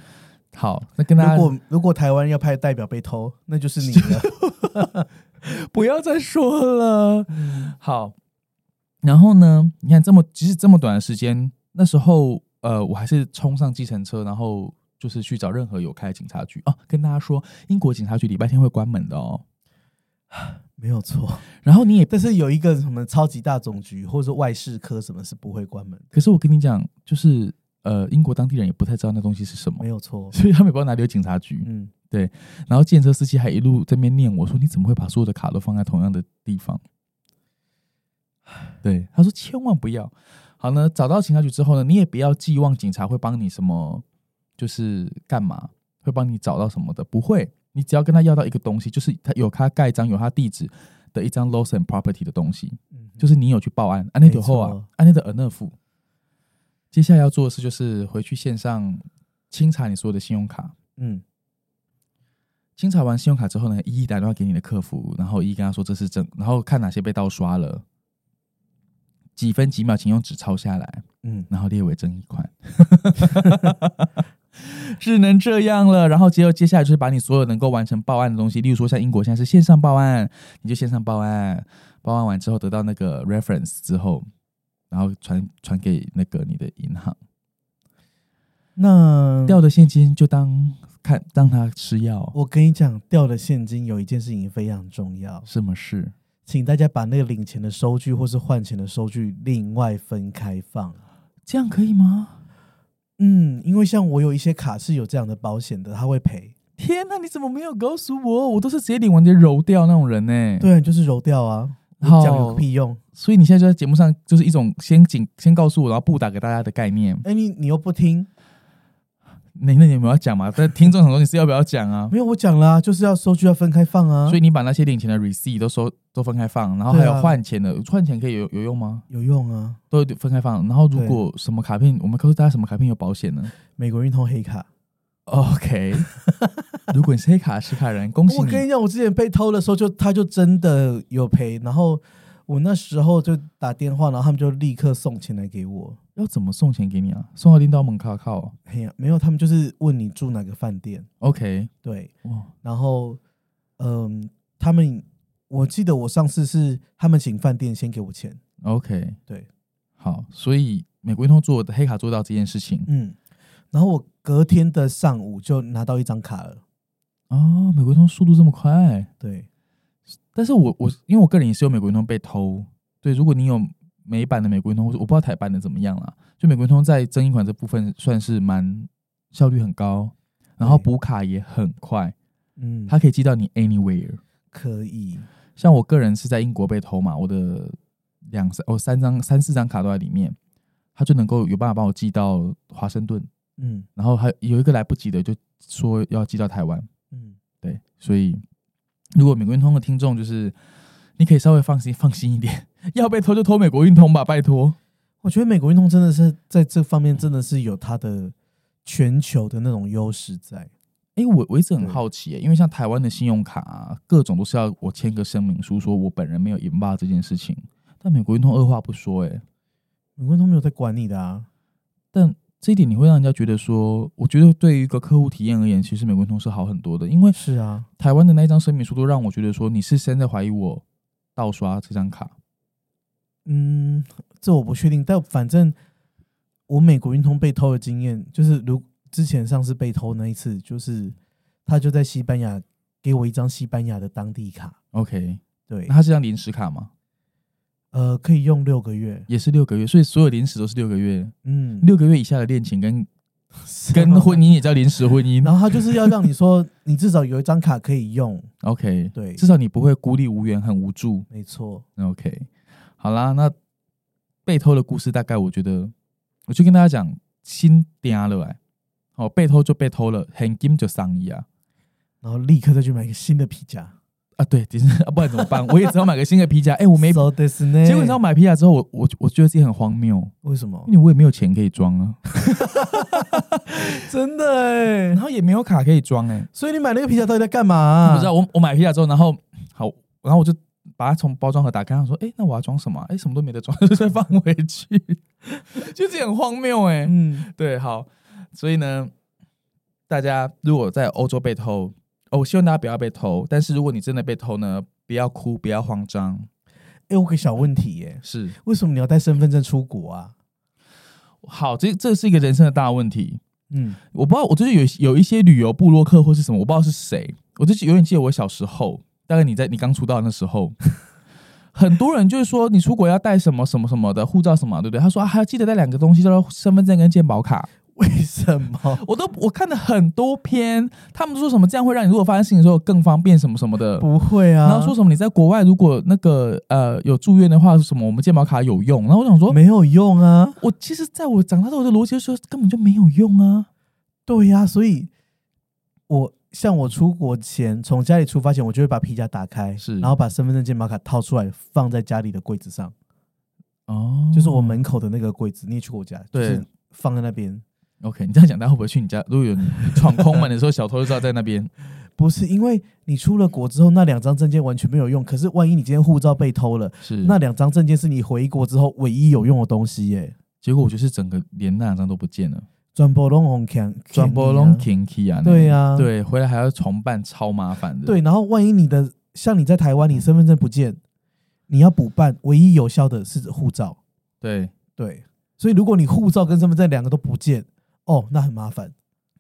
B: 好，那跟大
A: 如
B: 家
A: 果如果台湾要派代表被偷，那就是你
B: [LAUGHS]
A: 了。
B: 不要再说了。好，然后呢？你看这么其实这么短的时间，那时候呃，我还是冲上计程车，然后就是去找任何有开的警察局哦。跟大家说，英国警察局礼拜天会关门的哦。
A: 没有错。
B: 然后你也，
A: 但是有一个什么超级大总局或者说外事科什么是不会关门的，
B: 可是我跟你讲，就是呃，英国当地人也不太知道那东西是什么
A: 没，有错。
B: 所以他们也不知道哪里有警察局。
A: 嗯，
B: 然后建车司机还一路在那边念我说：“你怎么会把所有的卡都放在同样的地方？”对，他说千万不要。好呢，找到警察局之后呢，你也不要寄望警察会帮你什么，就是干嘛会帮你找到什么的，不会。你只要跟他要到一个东西，就是他有他盖章有他地址的一张 loss and property 的东西，
A: 嗯哼
B: 就是你有去报案，安内的后
A: 没
B: 啊
A: 错，
B: 安内的 enough。接下来要做的事就是回去线上清查你所有的信用卡，
A: 嗯，
B: 清查完信用卡之后呢，一一打电话给你的客服，然后一一跟他说这是正，然后看哪些被盗刷了，几分几秒请用纸抄下来，
A: 嗯，
B: 然后列为争议款， [LAUGHS] 只能这样了。然后接着接下来就是把你所有能够完成报案的东西，例如说像英国现在是线上报案，你就线上报案，报案完之后得到那个 reference 之后，然后传传给那个你的银行，
A: 那
B: 掉的现金就当看让他吃药，
A: 我跟你讲，掉的现金有一件事情非常重要，
B: 什么事？
A: 请大家把那个领钱的收据或是换钱的收据另外分开放。
B: 这样可以吗？
A: 嗯，因为像我有一些卡是有这样的保险的，他会赔。
B: 天呐，你怎么没有告诉我？我都是直接领完直接揉掉那种人呢、，
A: 对，就是揉掉啊，我
B: 好
A: 讲有个屁用。
B: 所以你现在就在节目上就是一种先警先告诉我，然后不打给大家的概念。
A: 哎、你你又不听，
B: 那那你有没有要讲嘛？但听众想说你是要不要
A: [LAUGHS]
B: 讲啊？
A: 没有我讲啦、就是要收据要分开放啊。
B: 所以你把那些领钱的 receipt 都收都分开放，然后
A: 对
B: 还
A: 啊
B: 有换钱的，换钱可以有有用吗？
A: 有用啊，
B: 都有分开放。然后如果什么卡片，我们告诉大家什么卡片有保险呢
A: 美国运通黑卡。 [LAUGHS]
B: ？OK，如果你是黑卡持卡人，恭喜
A: 我
B: 你
A: 跟你讲，我之前被偷的时候就，他就真的有赔，然后我那时候就打电话，然后他们就立刻送钱来给我。
B: 要怎么送钱给你啊？送到拎到门卡靠、哦。
A: 哎呀，没有，他们就是问你住哪个饭店，
B: OK，
A: 对，
B: 哇，
A: 然后嗯，他们我记得我上次是他们请饭店先给我钱，
B: OK，
A: 对，
B: 好，所以美国运通做的黑卡做到这件事情
A: 嗯，然后我隔天的上午就拿到一张卡了，
B: 哦，美国运通速度这么快，
A: 对，
B: 但是我我因为我个人也是有美国运通被偷，对，如果你有美版的美国运通，或者我不知道台版的怎么样啦，就美国运通在争议款这部分算是蛮效率很高，然后
A: 对
B: 补卡也很快，
A: 嗯，
B: 它可以寄到你 anywhere。
A: 可以，
B: 像我个人是在英国被偷嘛，我的两三哦三张三四张卡都在里面，它就能够有办法帮我寄到华盛顿。
A: 嗯
B: 然后还有一个来不及的，就说要寄到台湾。
A: 嗯，
B: 对，所以如果美国运通的听众，就是你可以稍微放心放心一点，要被偷就偷美国运通吧，拜托。
A: 我觉得美国运通真的是在这方面真的是有它的全球的那种优势在。
B: 哎，我我一直很好奇耶、因为像台湾的信用卡、啊、各种都是要我签个声明书，说我本人没有引发这件事情。但美国运通二话不说、哎，
A: 美国运通没有在管你的啊，
B: 但这一点你会让人家觉得说，我觉得对于一个客户体验而言，其实美国运通是好很多的，因为
A: 是啊，
B: 台湾的那一张声明书都让我觉得说，你是现在怀疑我盗刷这张卡。
A: 嗯，这我不确定，但反正我美国运通被偷的经验，就是如之前上次被偷那一次，就是他就在西班牙给我一张西班牙的当地卡，
B: OK，
A: 对
B: 那，它是张临时卡吗？
A: 呃，可以用六个月，
B: 也是六个月，所以所有临时都是六个月，
A: 嗯，
B: 六 [LAUGHS] 个月以下的恋情 [LAUGHS] 跟跟婚姻也叫临时婚
A: [LAUGHS]
B: 姻 [LAUGHS]
A: 然。后他就是要让你说，你至少有一张卡可以用，
B: OK，
A: 对
B: 至少你不会孤立无援，很无助。
A: 没错，
B: OK，好啦，那被偷的故事大概我觉得，我就跟大家讲，心嗲了哎、哦，被偷就被偷了，很金就上衣啊
A: 然后立刻再去买个新的皮夹。
B: 啊，对，其实、啊、 [LAUGHS] 不然怎么办？我也只好买个新的皮 [LAUGHS] 夹，哎、我没。
A: So this 呢？
B: 结果你知道买皮夹之后，我我我觉得自己很荒谬，
A: 为什么
B: 因？为我也没有钱可以装啊，
A: 真的哎
B: 然，后也没有卡可以装哎、
A: 所以你买那个皮夹到底在干嘛、
B: 欸我不知道，我我买皮夹之后，然后好，然后我就把它从包装盒打开，我说，哎、那我要装什么啊、哎、什么都没得装，就再放回去，就是很荒谬哎、
A: 嗯，
B: 对，好，所以呢，大家如果在欧洲被偷，哦，我希望大家不要被偷，但是如果你真的被偷呢，不要哭，不要慌张，
A: 哎、我有个小问题耶，
B: 是
A: 为什么你要带身份证出国啊？
B: 好，这这是一个人生的大问题。
A: 嗯，
B: 我不知道，我就是有有一些旅游部落客或是什么，我不知道是谁，我就是永远记得我小时候，大概你在你刚出道那时候。 [LAUGHS] 很多人就是说，你出国要带什么什么什么的护照什么，对不对？他说啊，还要记得带两个东西，叫做身份证跟健保卡。
A: 为什
B: [LAUGHS]
A: 么？
B: 我都我看了很多篇，他们说什么这样会让你如果发生事情的时候更方便什么什么的，
A: 不会啊，
B: 然后说什么你在国外如果那个呃有住院的话，什么我们健保卡有用，然后我想说，
A: 没有用啊，
B: 我其实在我长大之后我的逻辑就是根本就没有用啊，
A: 对呀、所以我像我出国前，从家里出发前，我就会把皮夹打开，
B: 是
A: 然后把身份证、健保卡掏出来，放在家里的柜子上，
B: 哦
A: 就是我门口的那个柜子。你也去过我家，就
B: 对
A: 是放在那边，
B: OK，你这样讲，大家会不会去你家？如果有闯空门的时候，小偷就知道在那边。
A: 不是因为你出了国之后，那两张证件完全没有用。可是万一你今天护照被偷了，
B: 是
A: 那两张证件是你回国之后唯一有用的东西耶。
B: 结果我就是整个连那两张都不见了，
A: 转波龙红强，
B: 转波龙 k i 啊，
A: 对啊
B: 对，回来还要重办，超麻烦的。
A: 对，然后万一你的像你在台
B: 嗯
A: 湾，你身份证不见，你要补办，唯一有效的是护照。
B: 对，
A: 对，所以如果你护照跟身份证两个都不见，哦，那很麻烦。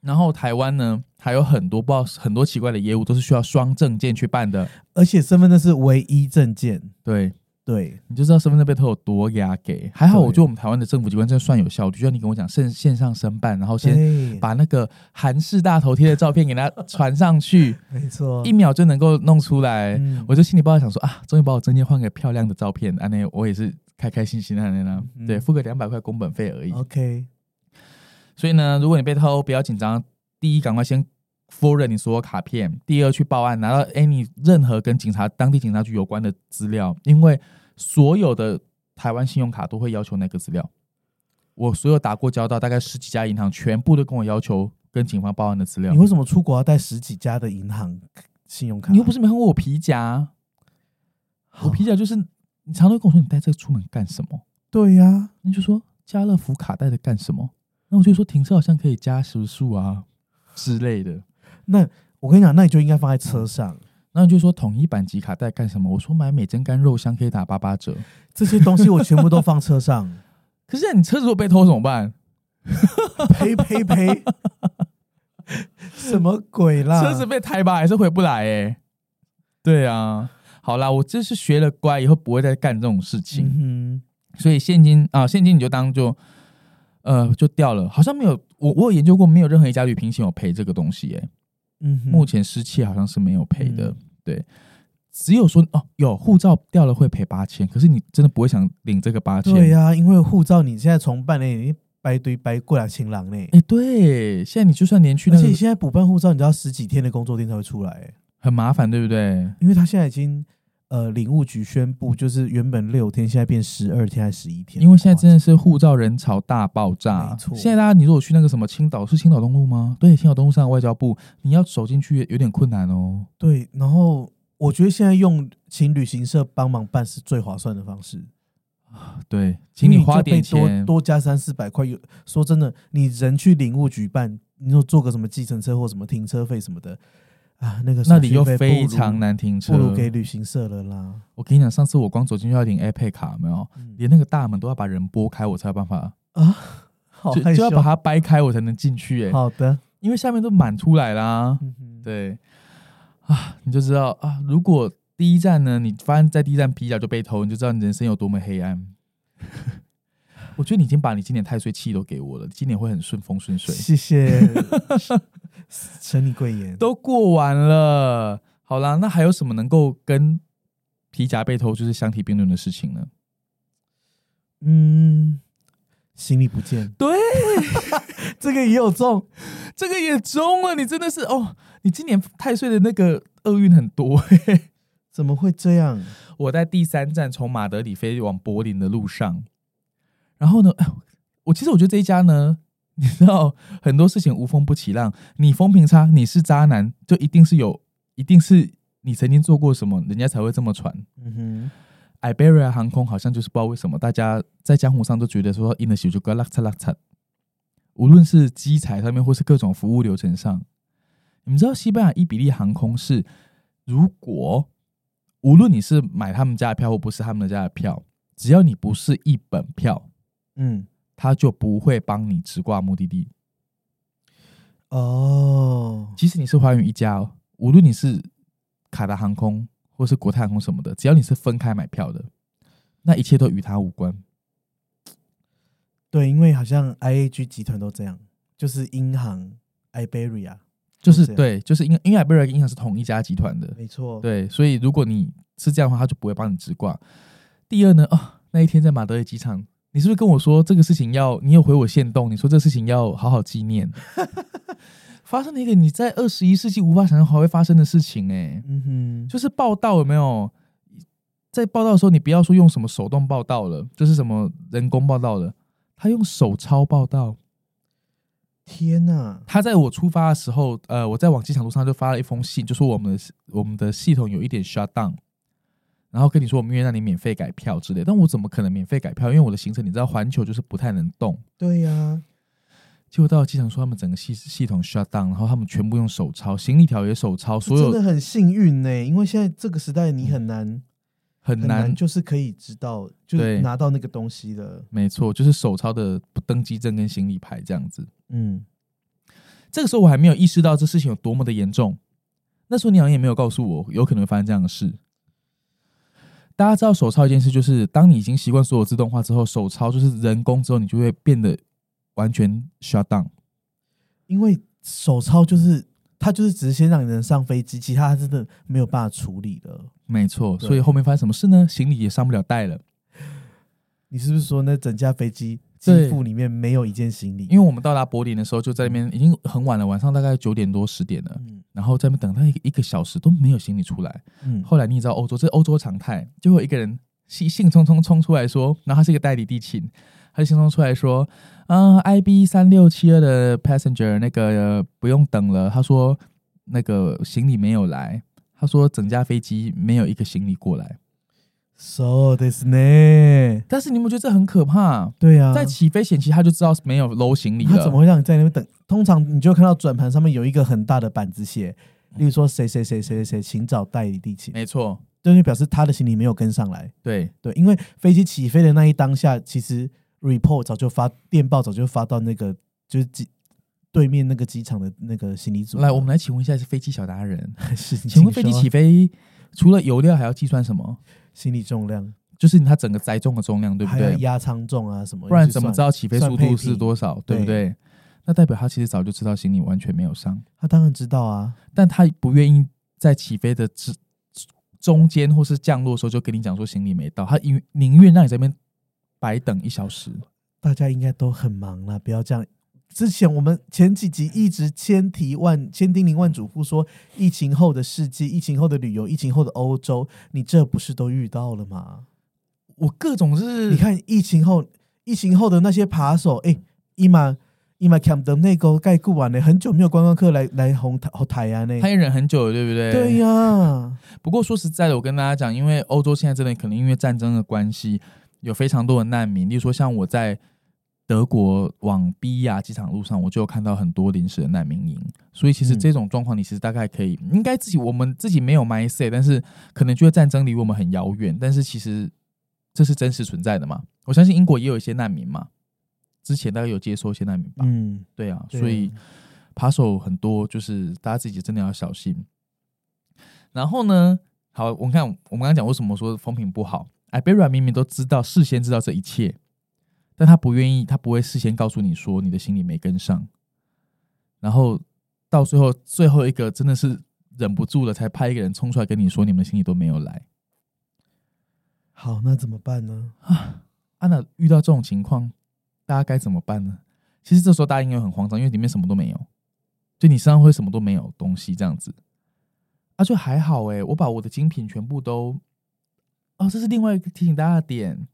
B: 然后台湾呢，还有很多不知道很多奇怪的业务都是需要双证件去办的。
A: 而且身份证是唯一证件，
B: 对，
A: 对，
B: 你就知道身份证被偷有多压给。还好，
A: 对
B: 我觉得我们台湾的政府机关真的算有效率，就像你跟我讲，线线上申办，然后先
A: 对，
B: 把那个韩式大头贴的照片给它传
A: [LAUGHS]
B: 上去，
A: 没错
B: 一，秒就能够弄出来。
A: 嗯
B: 我就心里不好想说啊，终于把我证件换个漂亮的照片，安内我也是开开心心的安内啦。
A: 嗯哦
B: 对，付个两百块工本费而已。
A: OK，
B: 所以呢，如果你被偷，不要紧张。第一，赶快先 forward 你所有卡片；第二，去报案，拿到 any 任何跟警察、当地警察局有关的资料，因为所有的台湾信用卡都会要求那个资料。我所有打过交道，大概十几家银行，全部都跟我要求跟警方报案的资料
A: 你。为什么出国要带十几家的银行信用卡？
B: 你又不是没看过我皮夹，
A: 好
B: 我皮夹就是你常常会跟我说你带这个出门干什么？
A: 对呀、
B: 你就说家乐福卡带着干什么？那我就说停车好像可以加时速啊之类的。
A: 那我跟你讲，那你就应该放在车上。
B: 然后就说统一版集卡带干什么？我说买美珍干肉香可以打八八折。
A: 这些东西我全部都放车上，
B: [LAUGHS] 可是、啊、你车子如果被偷怎么办？
A: 呸呸呸！
B: [LAUGHS]
A: 什么鬼啦？
B: 车子被抬吧还是回不来哎、对啊，好啦，我这是学了乖，以后不会再干这种事情。
A: 嗯
B: 所以现金啊，现金你就当就呃就掉了，好像没有我我有研究过，没有任何一家旅行险有赔这个东西耶、
A: 哼，嗯哼，
B: 目前失窃好像是没有赔的，
A: 嗯
B: 对。只有说哦，有护照掉了会赔八千，可是你真的不会想领这个八千。
A: 对呀、因为护照你现在重办呢，你白堆白过来情郎呢。
B: 哎、对，现在你就算连去
A: 而
B: 那
A: 且
B: 个
A: 现在补办护照，你知道十几天的工作天才会出来、欸，
B: 很麻烦，对不对？
A: 因为他现在已经呃，领务局宣布，就是原本六天，现在变十二天还是十一天，
B: 因为现在真的是护照人潮大爆炸
A: 没，错
B: 现在大家你如果去那个什么青岛，是青岛东路吗？对，青岛东路上的外交部，你要走进去有点困难哦。
A: 对。然后我觉得现在用请旅行社帮忙办是最划算的方式，
B: 对，请你
A: 因为就
B: 花点
A: 被
B: 钱，
A: 多多加三四百块。有说真的，你人去领务局办，你说做个什么计程车或什么停车费什么的啊，那个
B: 那
A: 手
B: 里
A: 续
B: 又
A: 费不
B: 非
A: 如
B: 常难停车
A: 不。如给旅行社了啦。
B: 我跟你讲，上次我光走进去要领 iPad 卡，有没有，
A: 嗯
B: 连那个大门都要把人拨开，我才有办法，
A: 啊，好
B: 就
A: 害
B: 就要
A: 羞。
B: 把它掰开，我才能进去、哎，
A: 好的，
B: 因为下面都满出来啦。
A: 嗯哼，
B: 对啊，你就知道啊，如果第一站呢，你发现在第一站皮夹就被偷，你就知道你人生有多么黑暗。 [LAUGHS] 我觉得你已经把你今年太岁气都给我了，今年会很顺风顺水。
A: 谢
B: [LAUGHS]
A: 谢承你贵言。
B: 都过完了，好啦，那还有什么能够跟皮夹被偷就是相提并论的事情呢？
A: 嗯，行李不见，
B: 对，
A: 这个也有中，
B: 这个也中了，你真的是哦，你今年太岁的那个厄运很多、 [LAUGHS]
A: 怎么会这样？
B: 我在第三站从马德里飞往柏林的路上，然后呢，哎呦我其实我觉得这一家呢， [LAUGHS] 你知道很多事情无风不起浪，你风评差，你是渣男，就一定是有，一定是你曾经做过什么，人家才会这么传。
A: 嗯
B: Iberia 航空好像就是不知道为什么，大家在江湖上都觉得说 in the 就该拉扯拉扯，无论是机材上面或是各种服务流程上，你们知道西班牙伊比利航空是，如果无论你是买他们家的票或不是他们家的票，只要你不是一本票，
A: 哼，嗯，
B: 他就不会帮你直挂目的地。
A: 哦，
B: 即使你是华宇一家哦，无论你是卡达航空或是国泰航空什么的，只要你是分开买票的，那一切都与他无关。
A: 对，因为好像 IAG 集团都这样，就是银行啊 Iberia，
B: 就是
A: 这样
B: 对，就是因为因为 Iberia 跟银行是同一家集团的，
A: 没错，，
B: 对，所以如果你是这样的话，他就不会帮你直挂。第二呢，啊，那一天在马德里机场，你是不是跟我说这个事情要？你有回我线动，你说这事情要好好纪念。 [LAUGHS] 发生了一个你在二十一世纪无法想象还会发生的事情、欸，
A: 嗯哼，
B: 就是报道有没有？在报道的时候，你不要说用什么手动报道了，就是什么人工报道了，他用手抄报道。
A: 天哪，
B: 他在我出发的时候，呃，我在往机场路上就发了一封信，就说我们的我们的系统有一点 shut down，然后跟你说我们愿意让你免费改票之类的。但我怎么可能免费改票？因为我的行程你知道，环球就是不太能动。
A: 对呀、
B: 结果到了机场说他们整个系系统 shut down，然后他们全部用手抄，行李条也手抄，所
A: 真
B: 有
A: 的很幸运呢、因为现在这个时代你很难、
B: 很
A: 很
B: 难
A: 难，。就是可以知道，就是
B: 对
A: 拿到那个东西的，
B: 没错，就是手抄的登机证跟行李牌这样子。
A: 嗯，
B: 这个时候我还没有意识到这事情有多么的严重。那时候你好像也没有告诉我有可能会发生这样的事。大家知道手抄一件事，就是当你已经习惯所有自动化之后，手抄就是人工之后，你就会变得完全 shut down。
A: 因为手抄就是它就是只是先让人上飞机，其他它真的没有办法处理了。
B: 没错，
A: 对
B: 所以后面发生什么事呢？行李也上不了带了，
A: 你是不是说那整架飞机
B: 对
A: 机腹里面没有一件行李？
B: 因为我们到达柏林的时候就在那边已经很晚了，晚上大概九点多十点了，
A: 嗯
B: 然后在那边等待一个一个小时都没有行李出来。
A: 嗯，
B: 后来你也知道欧洲，这是欧洲常态，就会有一个人兴兴冲冲冲出来说，然后他是一个代理地勤，他就兴冲冲出来说，嗯、i b 三六七二的 passenger 那个、呃不用等了，他说那个行李没有来，他说整架飞机没有一个行李过来，
A: so this 呢？
B: 但是你有没有觉得这很可怕？
A: 对啊，
B: 在起飞前期他就知道是没有搂行李
A: 他怎么
B: 了，
A: 会让你在那边等？通常你就会看到转盘上面有一个很大的板子写，
B: 嗯
A: 例如说谁谁谁谁谁谁，请找代理地勤，
B: 没错，
A: 这就表示他的行李没有跟上来。
B: 对，
A: 对，因为飞机起飞的那一当下，其实 report 早就发电报早就发到那个就是机对面那个机场的那个行李组了。 [LAUGHS]
B: 来我们来请问一下是飞机小达人，
A: 来是，
B: 请问飞机
A: 说
B: 起飞除了油量还要计算什么？
A: 行李重量，
B: 就是它整个载重的重量，对不
A: 还有
B: 对？
A: 压舱重啊什么，
B: 不然
A: 你去
B: 怎么
A: 算
B: 知？道起飞速
A: 算配
B: 度
A: 比
B: 是多少，对不
A: 对
B: 对？那代表他其实早就知道行李完全没有上，
A: 他当然知道啊，
B: 但他不愿意在起飞的之中间或是降落的时候就跟你讲说行李没到，他宁宁愿让你在那边白等一小时。
A: 大家应该都很忙啦，不要这样。之前我们前几集一直千提万千叮咛万嘱咐说，疫情后的世界、疫情后的旅游、疫情后的欧洲，你这不是都遇到了吗？
B: 我各种是，
A: 你看疫情后，疫情后的那些扒手，哎、伊玛伊玛 Cam 的内沟盖固完呢，很久没有观光客来来红台红台啊呢。
B: 他也啊忍很久了，对不对？
A: 对呀、
B: 不过说实在的，我跟大家讲，因为欧洲现在真的可能因为战争的关系，有非常多的难民。例如说，像我在德国往比亚机场路上，我就有看到很多临时的难民营。所以其实
A: 嗯
B: 这种状况，你其实大概可以，应该自己我们自己没有 my say，但是可能觉得战争离我们很遥远，但是其实这是真实存在的嘛。我相信英国也有一些难民嘛，之前大概有接收一些难民吧。
A: 嗯，
B: 对啊，
A: 对啊
B: 所以扒手很多，就是大家自己真的要小心。然后呢，好，我们看我们刚刚讲为什么说风评不好，艾贝瑞明明都知道事先知道这一切，但他不愿意，他不会事先告诉你说你的行李没跟上，然后到最后最后一个真的是忍不住了，才派一个人冲出来跟你说你们的行李都没有来。
A: 好，那怎么办呢？
B: 啊，那遇到这种情况，大家该怎么办呢？其实这时候大家应该很慌张，因为里面什么都没有，就你身上会什么都没有东西这样子。啊，就还好诶、我把我的精品全部都……哦，这是另外一个提醒大家的点，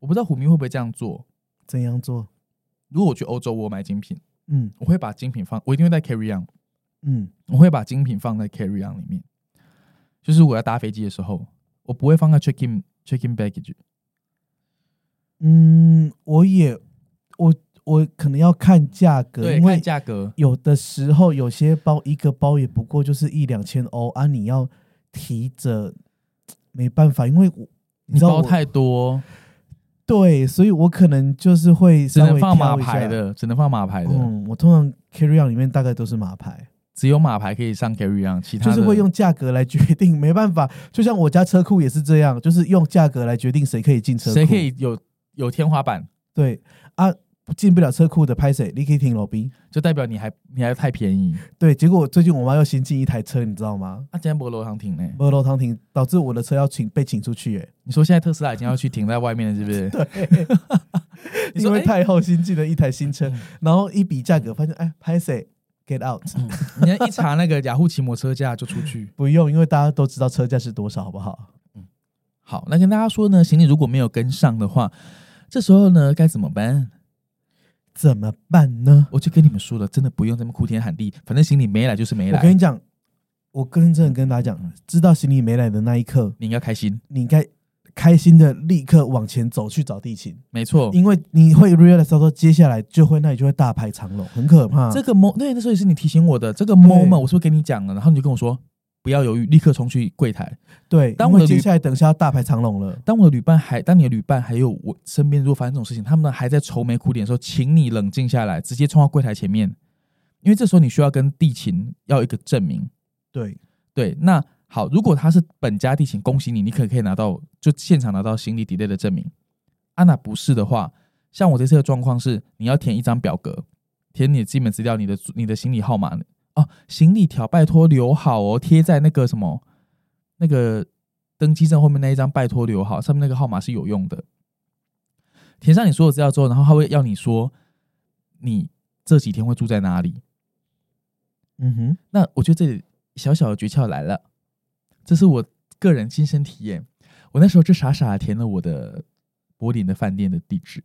B: 我不知道虎迷会不会这样做。
A: 怎样做？
B: 如果我去欧洲，我买精品，
A: 嗯
B: 我会把精品放，我一定会带 carry on，
A: 嗯
B: 我会把精品放在 carry on 里面。就是我要搭飞机的时候，我不会放在 check in check in baggage。
A: 嗯，我也我我可能要看价格，
B: 对，
A: 因为
B: 看价格，
A: 有的时候有些包一个包也不过就是一两千欧啊，你要提着没办法，因为我
B: 你
A: 知道
B: 包
A: 我
B: 太多，
A: 对，所以我可能就是会
B: 只
A: 稍微
B: 能放马
A: 挑一下
B: 牌。的，只能放马牌的，
A: 嗯，我通常 carry on 里面大概都是马牌，
B: 只有马牌可以上 carry on，其他
A: 就
B: 的
A: 是会用价格来决定， [LAUGHS] 没办法。就像我家车库也是这样，就是用价格来决定谁可以进车库，
B: 谁可以有有天花板，
A: 对啊，进不了车库的拍谁，你可以停楼宾。
B: 就代表你还你还太便宜。啊
A: 对，结果最近我妈又新进一台车，你知道吗？
B: 那今天博楼上停呢？
A: 二楼堂停，导致我的车要请被请出去、欸，
B: 你说现在特斯拉已经要去停在外面了，是
A: [LAUGHS]
B: 不是？你
A: 因
B: 说
A: 为
B: 哎，
A: 太后新进了一台新车
B: 嗯，
A: [LAUGHS] 然后一比价格发现，哎，拍谁 get out，
B: 你一查那个雅虎骑摩车价就出去。
A: 不用，因为大家都知道车价是多少，好不好？
B: 好，那跟大家说呢，行李如果没有跟上的话，这时候呢该怎么办？
A: 怎么办呢？
B: 我就跟你们说了，真的不用这么哭天喊地，反正行李没来就是没
A: 我
B: 来。
A: 跟你讲，我跟真的跟大家讲，知道行李没来的那一刻，
B: 你应该开心，
A: 你应该开心的立刻往前走去找地勤，
B: 没错。
A: 因为你会 realize 到说，接下来就会那里就会大排长龙，很可怕。
B: 这个 mo 对，那时候也是你提醒我的。这个 moment 我是不是跟你讲了？然后你就跟我说不要犹豫，立刻冲去柜台。
A: 对，
B: 当
A: 因
B: 我的
A: 为接
B: 旅
A: 下来等一下要大排长龙了。
B: 当我的旅伴还，当你的旅伴还有我身边，如果发生这种事情，他们还在愁眉苦脸的时候，请你冷静下来，直接冲到柜台前面，因为这时候你需要跟地勤要一个证明。
A: 对，
B: 对，那好，如果他是本家地勤，恭喜你，你可可以拿到就现场拿到行李 delay 的证明。啊，那不是的话，像我这次的状况是，你要填一张表格，填你的基本资料，你的你的行李号码哦，行李条拜托留好哦，贴在那个什么那个登机证后面那一张拜托留好，上面那个号码是有用的。填上你所有资料之后，然后他会要你说你这几天会住在哪里，
A: 嗯哼，
B: 那我觉得这里小小的诀窍来了，这是我个人亲身体验。我那时候就傻傻地填了我的柏林的饭店的地址，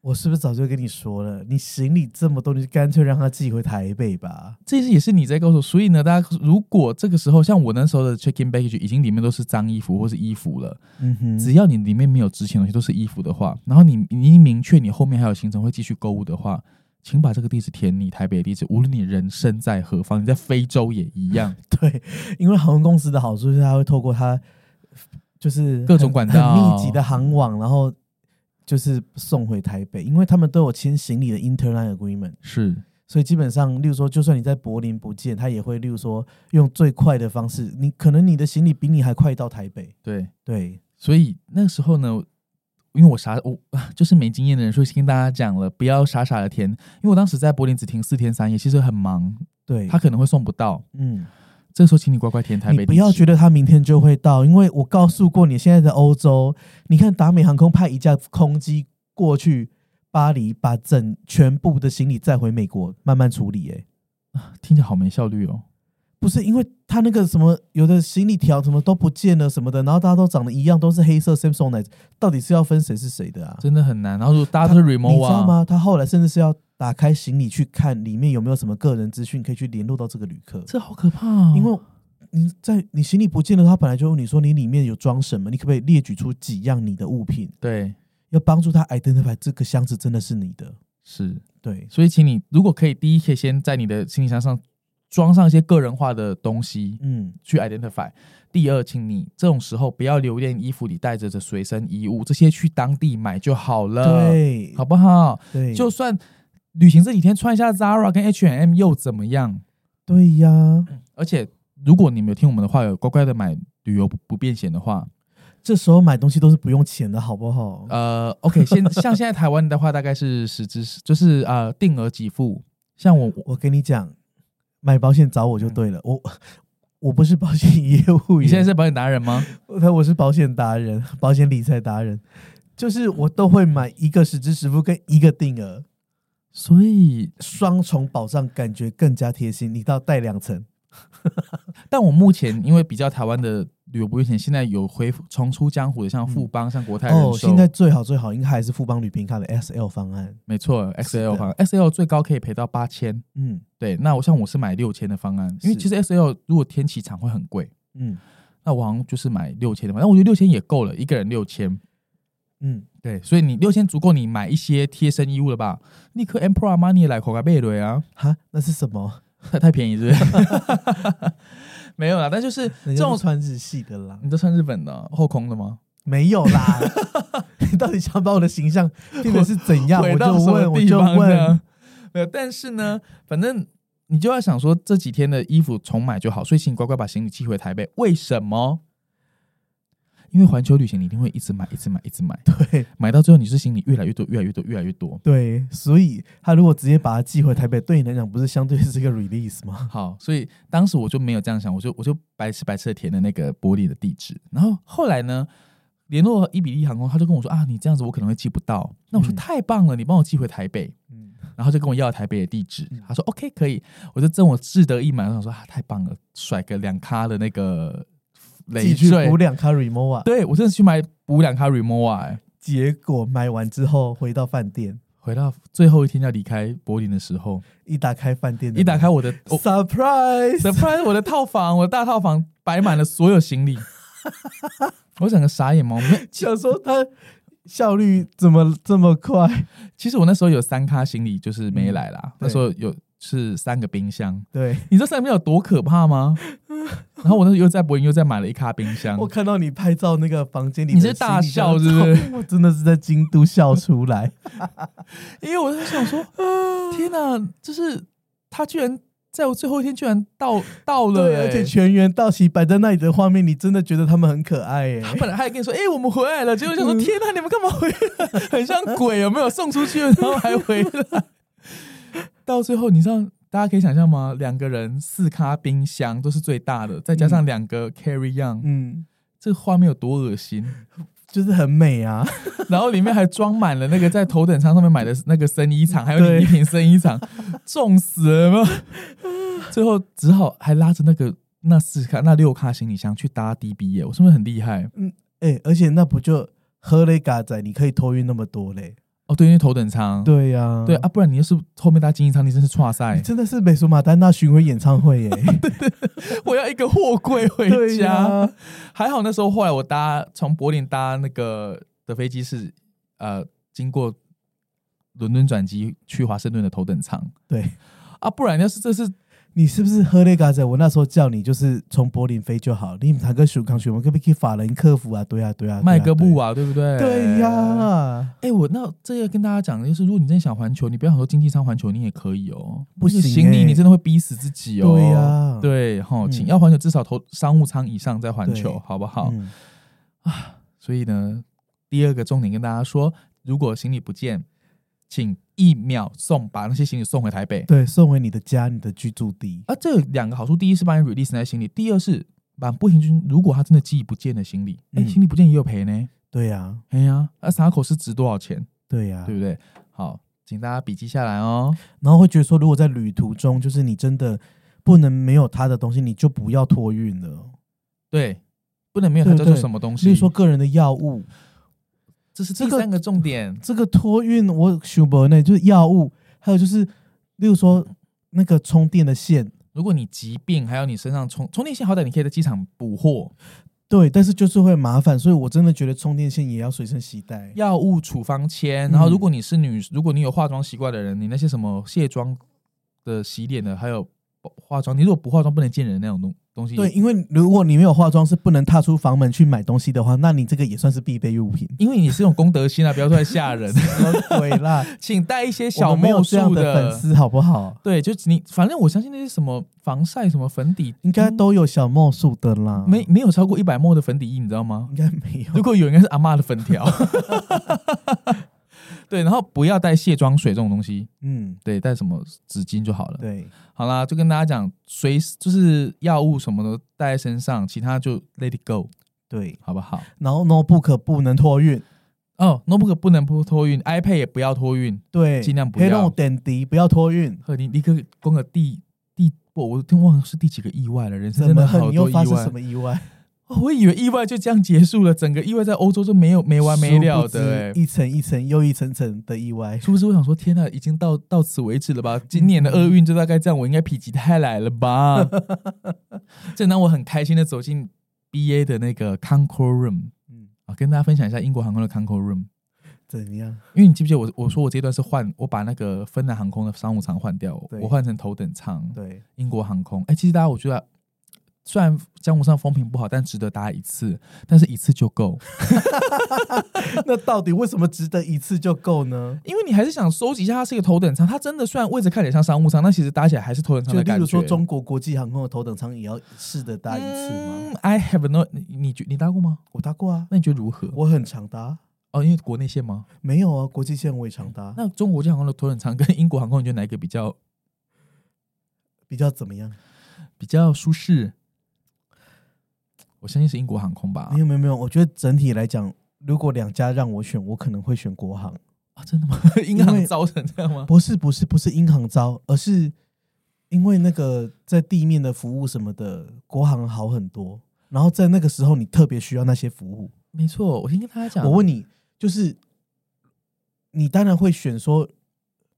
A: 我是不是早就跟你说了？你行李这么多，你就干脆让他自己回台北吧。
B: 这是也是你在告诉我。所以呢，大家如果这个时候像我那时候的 check in baggage 已经里面都是脏衣服或是衣服了，
A: 嗯哼，
B: 只要你里面没有值钱的东西，都是衣服的话，然后你你明确你后面还有行程会继续购物的话，请把这个地址填你台北的地址，无论你人身在何方，你在非洲也一样。
A: [LAUGHS] 对，因为航空公司的好处是，它会透过它就是
B: 各种
A: 很
B: 管
A: 很
B: 道
A: 密集的航网，然后就是送回台北，因为他们都有签行李的 interline agreement，
B: 是，
A: 所以基本上，例如说，就算你在柏林不见，他也会例如说用最快的方式，你可能你的行李比你还快到台北，
B: 对。
A: 对，
B: 所以那时候呢，因为我傻，我 [LAUGHS] 啊就是没经验的人，所以跟大家讲了，不要傻傻的填。因为我当时在柏林只停四天三夜，其实很忙，
A: 对，
B: 他可能会送不到。
A: 嗯，
B: 这时候，请你乖乖填台北地
A: 你
B: 址。
A: 不要觉得他明天就会到，因为我告诉过你，现在在欧洲，你看达美航空派一架空机过去巴黎，把整全部的行李载回美国，慢慢处理、欸，
B: [LAUGHS] 听起来好没效率哦。
A: 不是因为他那个什么有的行李条什么都不见了什么的，然后大家都长得一样，都是黑色 Samsung 奶，到底是要分谁是谁的啊？
B: 真的很难。然后如果大家都是
A: 你
B: remote
A: 知道
B: 啊，
A: 吗？他后来甚至是要打开行李去看里面有没有什么个人资讯可以去联络到这个旅客，
B: 这好可怕、哦。
A: 因为你在你行李不见了，他本来就问你说你里面有装什么，你可不可以列举出几样你的物品，
B: 对
A: 要帮助他 identify 这个箱子真的是你的。
B: 是，
A: 对，
B: 所以请你如果可以，第一可以先在你的行李箱上装上一些个人化的东西，
A: 嗯，
B: 去 identify。第二，请你这种时候不要留恋衣服里带着的随身衣物，这些去当地买就好了，
A: 对，
B: 呃好不好？
A: 对，
B: 就算旅行这几天穿一下 Zara 跟 H&M 又怎么样？
A: 对呀，
B: 而且如果你没有听我们的话，有乖乖的买旅游不不便险的话，
A: 这时候买东西都是不用钱的，好不好？
B: 呃，OK，现
A: [LAUGHS]
B: 像现在台湾的话，大概是实支，就是呃定额给付。像我
A: 我跟你讲，买保险找我就对了。我我不是保险业务员，
B: 嗯你现在是保险达人吗？
A: 我我是保险达人，保险理财达人，就是我都会买一个实支实付跟一个定额，
B: 所以，
A: 双重保障，感觉更加贴心。你到带两层，
B: 但我目前因为比较台湾的旅游不便险，现在有恢复重出江湖的，像富邦、像国泰人寿，
A: 哦，现在最好最好应该还是富邦旅平卡的 SL 方案。
B: 没错，XL 方案，XL 最高可以赔到八千。
A: 嗯
B: 对，那我像我是买六千的方案，因为
A: 是
B: 其实 XL 如果天气长会很贵，
A: 嗯
B: 那我好像就是买六千的方案，但我觉得六千也够了，一个人六千。
A: 嗯，
B: 对，所以你六千足够你买一些贴身衣物了吧？立刻 Emperor Money 来口盖贝瑞啊，
A: 哈，那是什么？
B: 太太便宜是不是？ [LAUGHS] 没有啦，但就是这
A: 人家
B: 种
A: 不，穿日系的啦，
B: 你都穿日本的后空的吗？
A: 没有
B: [LAUGHS]
A: 啦。你到底想把我的形象变得是怎样？
B: 回
A: 我
B: 到
A: 就
B: 什么
A: 问，我
B: 地
A: 就
B: 方
A: 问。
B: 呢？没有，但是呢，反正你就要想说这几天的衣服重买就好，所以请你乖乖把行李寄回台北。为什么？因为环球旅行你一定会一直买，一直买，一直买，
A: [LAUGHS] 对
B: 买到最后你是行李越来越多，越来越多，越来越多。
A: 对，所以他如果直接把它寄回台北，对你来讲不是相对是个 release 吗？
B: 好，所以当时我就没有这样想，我就我就白吃白吃的填了那个玻璃的地址。然后后来呢，联络伊比利航空，他就跟我说啊，你这样子我可能会寄不到。那我说、
A: 嗯
B: 太棒了，你帮我寄回台北。
A: 嗯，
B: 然后就跟我要台北的地址
A: 嗯，
B: 他说 OK 可以，我就真我志得意满，我想说啊太棒了，甩个两咖的那个累
A: 寄去
B: 赘
A: 补，两卡 remova，
B: 对我真的去买补两咖 remova，、欸、
A: 结果买完之后回到饭店，
B: 回到最后一天要离开柏林的时候，
A: 一打开饭店的门，
B: 一打开我的
A: [LAUGHS]
B: 我
A: surprise，
B: surprise 我的套房，我的大套房摆满了所有行李，我整个傻眼懵。没有其
A: 想说他效率怎么这么快？
B: 其实我那时候有三咖行李就是没来啦，
A: 嗯对
B: 那时候有是三个冰箱，
A: 对
B: 你知道三个冰箱有多可怕
A: [LAUGHS]
B: 吗？然后我那时候又在柏林又再买了一咖冰箱
A: 我，看到你拍照那个房间里，
B: 嗯你是大笑是不是？
A: [LAUGHS] 我真的是在京都笑出
B: [LAUGHS]
A: 来。
B: 因为我在
A: [LAUGHS]
B: 想说，
A: 啊
B: 天哪，就是他居然在我最后一天居然
A: [LAUGHS]
B: 到到了、
A: 对，
B: 欸
A: 而且全员到齐摆在那里的画面，你真的觉得他们很可爱耶。
B: 他本来还跟你说，哎、我们回来了，结果
A: 嗯
B: 就说，天哪，你们干嘛回来？很像鬼，有没有送出去了，然后还回来？ [LAUGHS] 到最后，你知道大家可以想象吗？两个人四咖冰箱都是最大的，再加上两个 carry on，、
A: 嗯，
B: 这画面有多恶心？
A: 就是很美啊。 [LAUGHS]
B: 然后里面还装满了那个在头等舱上面买的那个生衣厂，还有你一瓶生衣厂，重死了有没有？ [LAUGHS] 最后只好还拉着那个那四咖那六咖行李箱去搭 DB 耶，我是不是很厉害？
A: 哎，而且那不就喝了一嘎仔，你可以托运那么多嘞。
B: 哦，对，因为头等舱，
A: 对呀，
B: 对啊，，不然你要是后面搭经济舱，你真是差
A: 你 [LAUGHS]
B: 赛。
A: 真的是美索马丹娜巡回演唱
B: [LAUGHS]
A: 会耶。
B: 我要一个货柜
A: [LAUGHS]
B: 回
A: 对
B: 家。
A: 呀，
B: 还好那时候后来我搭从柏林搭那个的飞机是呃经过伦敦转机去华盛顿的头等舱
A: 对。
B: 啊，不然要是这是
A: 你是不是喝那个仔？啊我那时候叫你就是从柏林飞就好，你们谈个蜀康学，我们可不可以法兰克福啊？对啊，对啊，对啊
B: 麦格布，啊，对不对？
A: 对对呀、
B: 哎、我那这要跟大家讲的就是，如果你真的想环球，你不要想说经济舱环球，你也可以哦。
A: 不行
B: 那个行李
A: 欸
B: 你真的会逼死自己哦。
A: 对呀
B: 对哈，
A: 嗯
B: 请要环球至少投商务舱以上再环球
A: 对，
B: 好不好？
A: 嗯
B: 所以呢，第二个重点跟大家说，如果行李不见，请一秒送把那些行李送回台北。
A: 对，送回你的家，你的居住地。
B: 啊，这有两个好处，第一是帮你 release 那些行李，第二是满不平均。如果他真的寄不见的行李，哎、
A: 嗯
B: 行李不见也有赔呢。
A: 对呀、
B: 哎呀，那傻口是值多少钱，
A: 对呀、
B: 对不对？好，请大家笔记下来哦。
A: 然后会觉得说，如果在旅途中，就是你真的不能没有他的东西，你就不要托运了。
B: 对，不能没有它
A: 对
B: 叫做
A: 对
B: 什么东西。
A: 例如说个人的药物，
B: 这是第
A: 这个
B: 三个重点。
A: 这个托运我想不呢，就是药物，还有就是例如说那个充电的线，
B: 如果你疾病，还有你身上充充电线，好歹你可以在机场补货。
A: 对，但是就是会麻烦，所以我真的觉得充电线也要随身携带。
B: 药物处方签，然后
A: 嗯
B: 如果你是女，如果你有化妆习惯的人，你那些什么卸妆的、洗脸的，还有化妆，你如果不化妆不能见人那种东东西。
A: 对，，因为如果你没有化妆是不能踏出房门去买东西的话，那你这个也算是必备物品
B: 因为你是用功德心啊，不要出来吓
A: [LAUGHS]
B: 人，
A: 什么鬼啦！
B: 请带一些
A: 我
B: [LAUGHS] 小
A: 们没有
B: 魔
A: 这样
B: 术
A: 的粉丝好不好？
B: 对，就你，反正我相信那些什么防晒、什么粉底，
A: 应该都有小墨数的啦，
B: 嗯没没有超过一百沫的粉底液，你知道吗？
A: 应该没有
B: 如。果有，应该是阿嬷的粉条。 [LAUGHS] 对，然后不要带卸妆水这种东西，
A: 嗯，
B: 对，带什么纸巾就好了。
A: 对，
B: 好啦，就跟大家讲，随就是药物什么的带在身上，其他就 let it go，
A: 对，
B: 好不好？
A: 然后 notebook 不能托运，嗯
B: 哦，notebook 不能不托运，iPad 也不要托运。
A: 对，
B: 尽量不
A: 黑
B: 要
A: 洞点滴不要托运。
B: 呵，你你可以攻个第第，我我听忘了是第几个意外了，人生
A: 怎
B: 真
A: 么
B: 的
A: 了？
B: 好
A: 你又
B: 多意
A: 发生
B: 外
A: 什。么意外？
B: 哦我以为意外就这样结束了，整个意外在欧洲就没有没完没了
A: 殊
B: 的、
A: 不知
B: 欸。
A: 一层一层又一层层的意外。
B: 是不是我想说，天呐，已经到到此为止了吧？今年的
A: 嗯
B: 厄运就大概这样，我应该否极泰来了吧？ [LAUGHS] 正当我很开心的走进 BA 的那个 Concord Room
A: 嗯，
B: 啊，跟大家分享一下英国航空的 Concord Room。
A: 怎样？
B: 因为你记不记得我我说我这一段是换，我把那个芬兰航空的商务舱换掉，
A: 对
B: 我换成头等舱。
A: 对，
B: 英国航空，哎、其实大家我觉得，虽然江湖上风评不好，但值得大家一次，但是一次就够，
A: [LAUGHS] 那到底为什么值得一次就够呢？
B: 因为你还是想收集一下它是一个头等舱，它真的虽然位置看起来像商务舱，但其实搭起来还是头等舱
A: 就
B: 的
A: 例
B: 感
A: 如
B: 觉。
A: 说中国国际航空的头等舱也要试着搭一次吗？
B: 嗯、？I have no，你你觉你搭过吗？
A: 我搭过啊，
B: 那你觉得如何？
A: 我很常搭。
B: 哦，因为国内线吗？
A: 没有啊，国际线我也常搭。
B: 那中国国际航空的头等舱跟英国航空，你觉得哪一个比较
A: 比较怎么样？
B: 比较舒适？我相信是英国航空吧。
A: 没有没有没有，我觉得整体来讲，如果两家让我选，我可能会选国航。
B: 啊，真的吗？
A: [LAUGHS]
B: 英
A: 因
B: 航
A: 为
B: 招成这样吗？
A: 不是不是不是英航招，而是因为那个在地面的服务什么的，国航好很多。然后在那个时候，你特别需要那些服务。
B: 没错，我先跟大家讲，
A: 我问你，就是你当然会选说，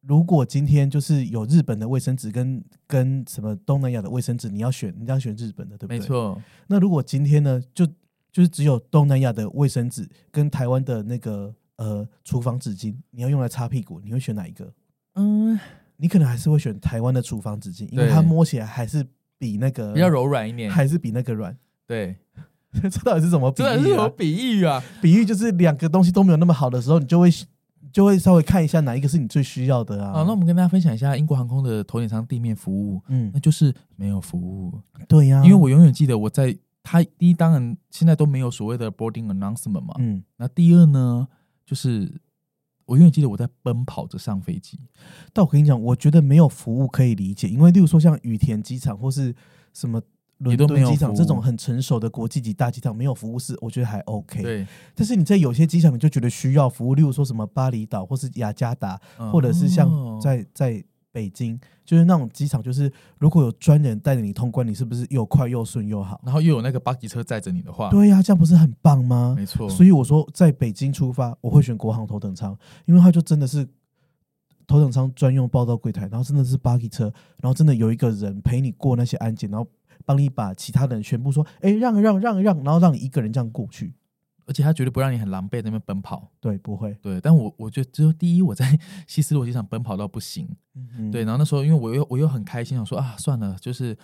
A: 如果今天就是有日本的卫生纸跟跟什么东南亚的卫生纸，你要选，你要选日本的，对不对？
B: 没。错，
A: 那如果今天呢，就就是只有东南亚的卫生纸跟台湾的那个呃厨房纸巾，你要用来擦屁股，你会选哪一个？
B: 嗯，
A: 你可能还是会选台湾的厨房纸巾，因为
B: 对
A: 它摸起来还是比那个
B: 比较，柔软一点。
A: 还是比那个软。 [LAUGHS]
B: 对，
A: 这到底是怎么比
B: 真的是
A: 喻、
B: 有
A: 啊？
B: 比喻啊！
A: 比喻就是两个东西都没有那么好的时候，你就会你就会稍微看一下哪一个是你最需要的啊。
B: 好，那我们跟大家分享一下英国航空的头等舱地面服务，
A: 嗯
B: 那，就是没有服务，
A: 对呀、
B: 嗯因为我永远记得我在它第一，当然现在都没有所谓的 boarding announcement 嘛。
A: 嗯，
B: 那第二呢，就是我永远记得我在奔跑着上飞机，
A: 但我跟你讲，我觉得没有服务可以理解，因为例如说像羽田机场或是什么。伦
B: 也都没
A: 敦
B: 有
A: 机场
B: 服务
A: 这种很成熟的国际级大机场没有服务是我觉得还 OK。
B: 对，
A: 但是你在有些机场你就觉得需要服务，例如说什么巴厘岛或是雅加达，
B: 嗯
A: 或者是像
B: 哦
A: 在在北京，就是那种机场，就是如果有专人带着你通关，你是不是又快又顺又好？
B: 然后又有那个巴吉车载着你的话，
A: 对呀、这样不是很棒吗？
B: 没错，
A: 所以我说，在北京出发，我会选国航头等舱，因为它就真的是头等舱专用报到柜台，然后真的是 buggy 车，然后真的有一个人陪你过那些安检，然后帮你把其他人全部说，哎，让让让让，然后让你一个人这样过去。
B: 而且它绝对不让你很狼狈在那边奔跑。
A: 对，不会，
B: 对，但我我觉得只有第一，我在 [LAUGHS] 西斯洛机场奔跑到不行，
A: 嗯
B: 对，，然后那时候因为我又我又很开心，想说啊，算了，就是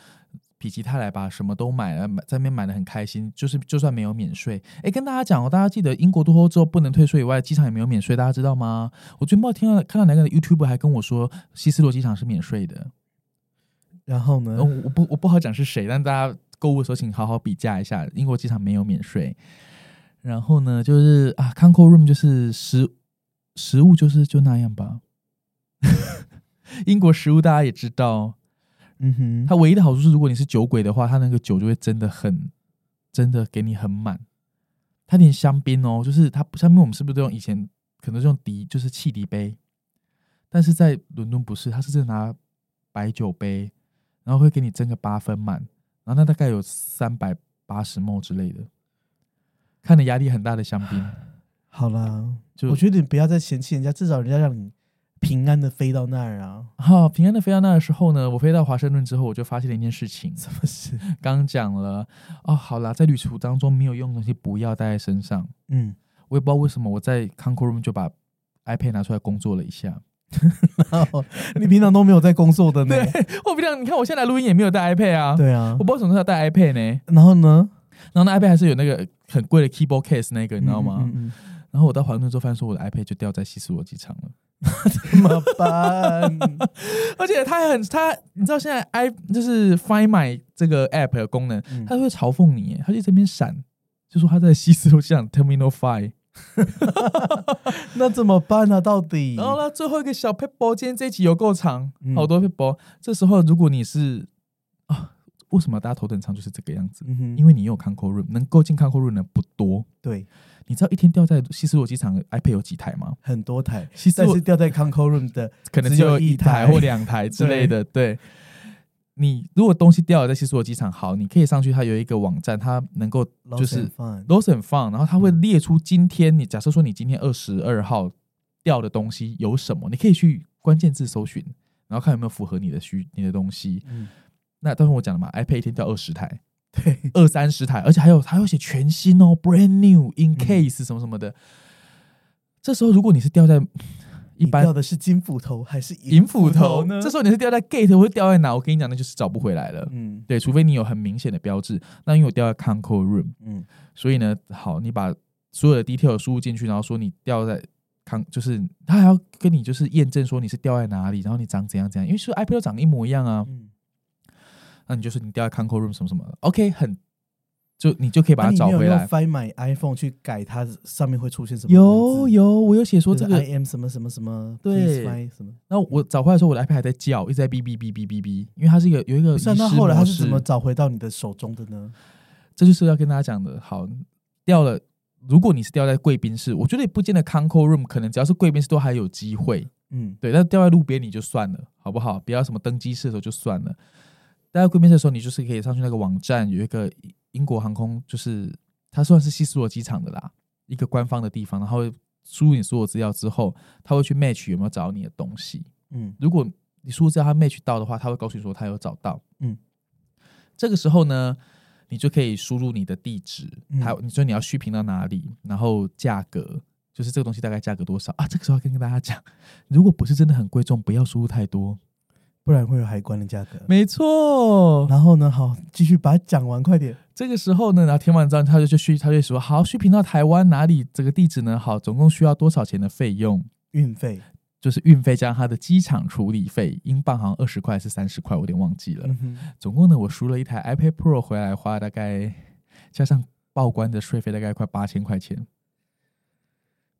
B: 否极泰来吧，什么都买了，买在那边买的很开心，就是就算没有免税，哎，跟大家讲哦，大家记得英国脱欧之后不能退税以外，机场也没有免税，大家知道吗？我最近不知道听到看到哪个 YouTube 还跟我说希斯罗机场是免税的，
A: 然后
B: 嗯、
A: 呢？
B: 我不我不好讲是谁，但大家购物的时候请好好比价一下，英国机场没有免税。然后呢，就是啊 c o n c o Room 就是食食物就是就那样吧， [LAUGHS] 英国食物大家也知道。
A: 嗯哼，
B: 它唯一的好处是，如果你是酒鬼的话，它那个酒就会真的很，真的给你很满。它连香槟哦，就是它香槟我们是不是都用以前可能是用笛，就是汽笛杯，但是在伦敦不是，它是真的拿白酒杯，然后会给你蒸个八分满，然后那大概有三百八十沫之类的，看着压力很大的香槟，
A: 好啦，
B: 就
A: 我觉得你不要再嫌弃人家，至少人家让你平安的飞到那儿啊。
B: 好、平安的飞到那的时候呢，我飞到华盛顿之后，我就发现了一件事情，
A: 什么事？
B: [LAUGHS] 刚讲了哦，好啦，在旅途当中没有用的东西不要带在身上。
A: 嗯， [LAUGHS]
B: 我也不知道为什么我在 Concord Room 就把 iPad 拿出来工作了一下，
A: 然后你平常都没有在工作的呢。
B: [LAUGHS] 我不像你看，我现在来录音也没有带 iPad 啊，
A: 对啊
B: 我，不知道什么时候要带 iPad 呢。
A: 然后呢？
B: 然后那 iPad 还是有那个很贵的 keyboard case 那个，你知道吗？
A: 嗯嗯
B: 然后我到华盛顿之后，发现说我的 iPad 就掉在西斯罗机场了，
A: 嗯怎 [LAUGHS] 么办？
B: 而且它还很它，你知道现在 i 就是 Find My 这个 app 的功能，
A: 嗯
B: 它会嘲讽你耶，它就这边闪，就说它在西斯罗机场 Terminal Five。
A: 那怎么办呢、到底？
B: 然后呢，最后一个小 p a p e 今天这一集有够长，
A: 嗯
B: 好多 p a p e 这时候如果你是啊，为什么大家头等舱就是这个样子？
A: 嗯哼，
B: 因
A: 为
B: 为你有 Control Room，能够进 Control Room 的不多。
A: 对
B: 你知道一天掉在西斯罗机场的 iPad 有几台吗？
A: 很多台，
B: 其实
A: 但
B: 我
A: 是掉在 Control Room 的，
B: 可能
A: 只
B: 只
A: 有
B: 有
A: 一
B: 一台
A: 台
B: 或两台之类的。对，你如果东西掉了在西斯罗机场，好，你可以上去，它有一个网站，它能够就是
A: fun，
B: l o s o n 放，然后它会
A: 嗯
B: 列出今天你假设说你今天二十二号掉的东西有什么，你可以去关键字搜寻，然后看有没有符合你的需你的东西。
A: 嗯，
B: 那当时我讲了嘛，iPad 一天掉二十台，
A: [LAUGHS] 对，
B: 二三十台，而且还有还会写全新哦，brand new in
A: 嗯
B: case 什么什么的。这时候如果你是掉在一
A: 你
B: 般
A: 掉的是金斧头还是
B: 银斧头，
A: 呢？
B: 这时候你是掉在 gate 或者掉在哪，我跟你讲，那就是找不回来了。
A: 嗯
B: 对，除非你有很明显的标志。那因为我掉在 control room，
A: 嗯
B: 所以呢，好，你把所有的 detail 输入进去，然后说你掉在 con，就是他还要跟你就是验证说你是掉在哪里，然后你长怎样怎样，因为是 IP 都长得一模一样啊。
A: 嗯，
B: 那你就说你掉在 control room 什么什么的，OK，很就你就可以把
A: 那
B: 它
A: 啊你
B: 找
A: 没有
B: 回
A: 用
B: 来。
A: Find My iPhone 去改它上面会出现什么
B: 有
A: 文字，
B: 有，我有写说
A: 或
B: 这
A: 者
B: 个
A: I，am 什么什么什么，
B: 对
A: please find 什么。
B: 然后我找回来的时候，我的 iPad 还在叫，一直在哔哔哔哔哔哔，因为它是一个有一个
A: 不
B: 仪
A: 是
B: 式
A: 啊、
B: 呃模式。
A: 那后来他是怎么找回到你的手中的呢？
B: 这就是要跟大家讲的。好，掉了，如果你是掉在贵宾室，我觉得也不见得 Conco Room 可能只要是贵宾室都还有机会。
A: 嗯，
B: 对，但掉在路边你就算了，好不好？不要什么登机室的时候就算了。掉在贵宾室的时候，你就是可以上去那个网站，有一个英国航空，就是它算是西斯罗机场的啦，一个官方的地方，然后会输入你所有资料之后，它会去 match 有没有找你的东西。
A: 嗯
B: 如果你输入资料它 match 到的话，它会告诉你说它有找到。
A: 嗯，
B: 这个时候呢，你就可以输入你的地址，
A: 嗯
B: 还有你说你要续频到哪里，然后价格，就是这个东西大概价格多少啊？这个时候要跟大家讲，如果不是真的很贵重，不要输入太多。
A: 不然会有海关的价格。
B: 没错，
A: 然后呢，好，继续把它讲完，快点。
B: 这个时候呢，然后填完之后，他就去续，他就说好，续频到台湾哪里这个地址呢？好，总共需要多少钱的费用？
A: 运费，
B: 就是运费加上它的机场处理费，英镑好像二十块还是三十块，我有点忘记了。
A: 嗯哼，
B: 总共呢，我输了一台 iPad Pro 回来，花大概加上报关的税费，大概快八千块钱。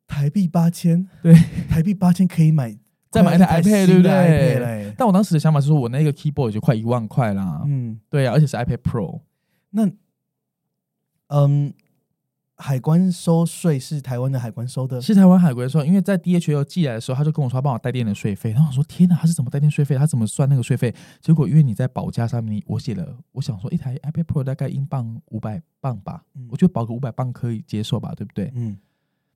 A: 台币八千，
B: 对，
A: 台币八千可以买
B: 再买一台 iPad，对不对
A: iPad 嘞
B: 但我当时的想法是说，我那个 keyboard 也就快一万块啦。
A: 嗯，
B: 对啊，而且是 iPad Pro，
A: 那嗯，海关收税是台湾的海关收的，
B: 是台湾海归说，因为在 DHL 寄来的时候，他就跟我说他帮我带电的税费。然后我说天哪，他是怎么带电税费？他怎么算那个税费？结果因为你在保价上面，你我写了，我想说一台 iPad Pro 大概英镑五百磅吧，
A: 嗯
B: 我觉得保个五百磅可以接受吧，对不对？
A: 嗯，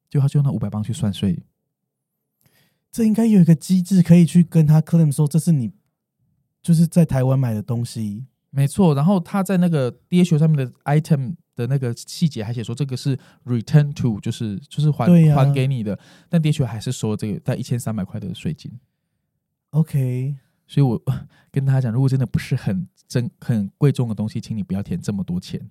B: 结果他就用那五百磅去算税，
A: 这应该有一个机制可以去跟他 claim 说这是你就是在台湾买的东西，
B: 没错，然后他在那个 DHL 上面的 item 的那个细节还写说这个是 return to，就是就是还、
A: 对呀
B: 还给你的，但 DHL 还是收这个在一千三百块的税金。
A: OK，
B: 所以我 [LAUGHS] 跟大家讲，如果真的不是很真很贵重的东西，请你不要填这么多钱。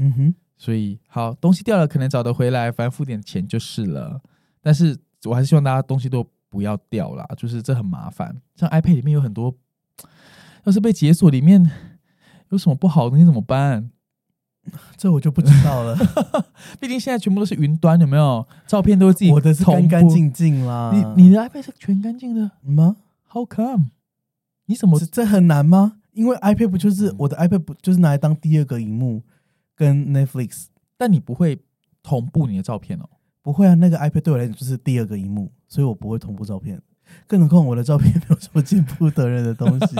A: 嗯哼，
B: 所以好，东西掉了可能找得回来，反正付点钱就是了。但是我还是希望大家东西都不要掉啦，就是这很麻烦。像 iPad 里面有很多，要是被解锁，里面有什么不好的东西怎么办？
A: 这我就不知道
B: [LAUGHS]
A: 了，
B: 毕竟现在全部都是云端，有没有？照片都是自己
A: 我的是
B: 同
A: 干干。
B: 步
A: 净净啦，
B: 你你的 iPad 是全干净的
A: 你吗？
B: ，How come？你怎么
A: 这这很难吗？因为 iPad 不
B: 嗯
A: 就是我的 iPad 不就是拿来当第二个荧幕跟 Netflix？
B: 但你不会同步你的照片哦？
A: 不会啊，那个 iPad 对我来讲就是第二个荧幕，所以我不会同步照片。更何况我的照片没有什么见不得人的东
B: [LAUGHS]
A: 西。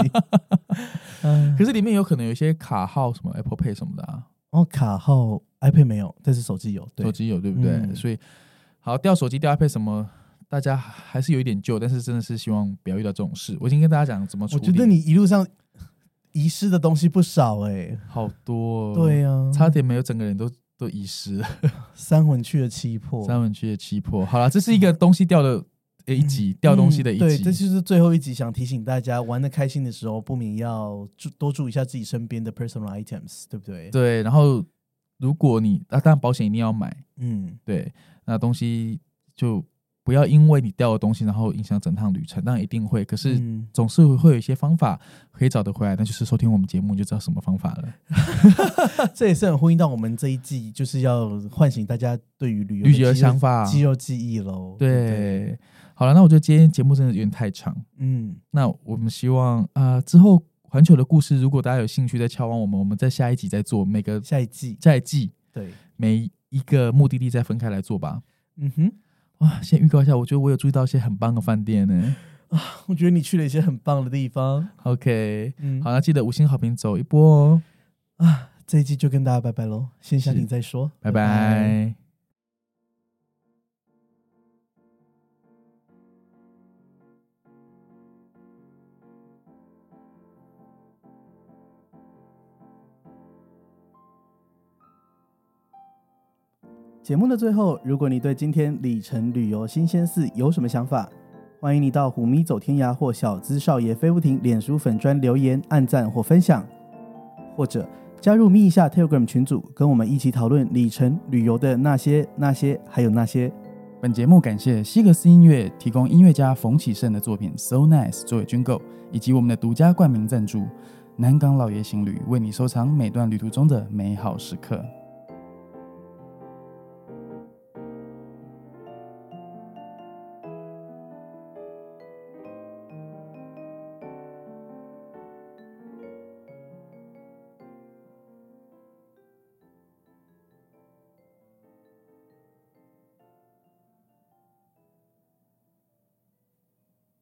A: 嗯，
B: 可是里面有可能有一些卡号，什么 Apple Pay 什么的啊，
A: 哦，卡号 iPad 没有，但是手机有。对
B: 手，机有对不对？
A: 嗯
B: 所以好掉手机掉 iPad 什么，大家还是有一点旧，但是真的是希望不要遇到这种事。我已经跟大家讲怎么处
A: 我
B: 理，
A: 觉得你一路上遗失的东西不少哎、
B: 好多、哦，
A: 对、啊，
B: 差点没有整个人都都遗失了。
A: 三魂去了七魄。
B: 三文区的气魄。好了，这是一个东西掉的呃一集掉东西的一
A: 嗯对，这
B: 集，
A: 就是最后一集，想提醒大家，玩的开心的时候，不免要注多注意一下自己身边的 personal items，对不对？，
B: 对，然后如果你啊，当然保险一定要买，
A: 嗯，
B: 对，那东西就不要因为你掉的东西，然后影响整趟旅程，当然一定会，可是
A: 嗯
B: 总是会有一些方法可以找得回来，那就是收听我们节目你就知道什么方法了。
A: 这也是很呼应到我们这一季，就是要唤醒大家对于旅游
B: 旅游的
A: 肌
B: 想法
A: 肌肉记忆喽。不
B: 对，好了，那我觉得今天节目真的有点太长，
A: 嗯，
B: 那我们希望啊、呃之后环球的故事，如果大家有兴趣再敲完我们，我们在下一集再做，每个
A: 下一季，
B: 再记
A: 对，
B: 每一个目的地再分开来做吧。
A: 嗯哼，
B: 哇，先预告一下，我觉得我有注意到一些很棒的饭店呢。
A: 我觉得你去了一些很棒的地方。
B: OK，
A: 嗯，
B: 好，那记得五星好评走一波哦，
A: 啊，这一季就跟大家拜拜喽，先下
B: 是
A: 定再说，
B: 拜拜
A: 节目的最后，如果你对今天里程旅游新鲜事有什么想法，欢迎你到虎咪走天涯或小资少爷飞不停脸书粉砖留言、按赞或分享，或者加入咪一下 Telegram 群组，跟我们一起讨论里程旅游的那些、那些还有那些。
C: 本节目感谢西格斯音乐提供音乐家冯启胜的作品《So Nice》作为军购，以及我们的独家冠名赞助南港老爷行旅，为你收藏每段旅途中的美好时刻。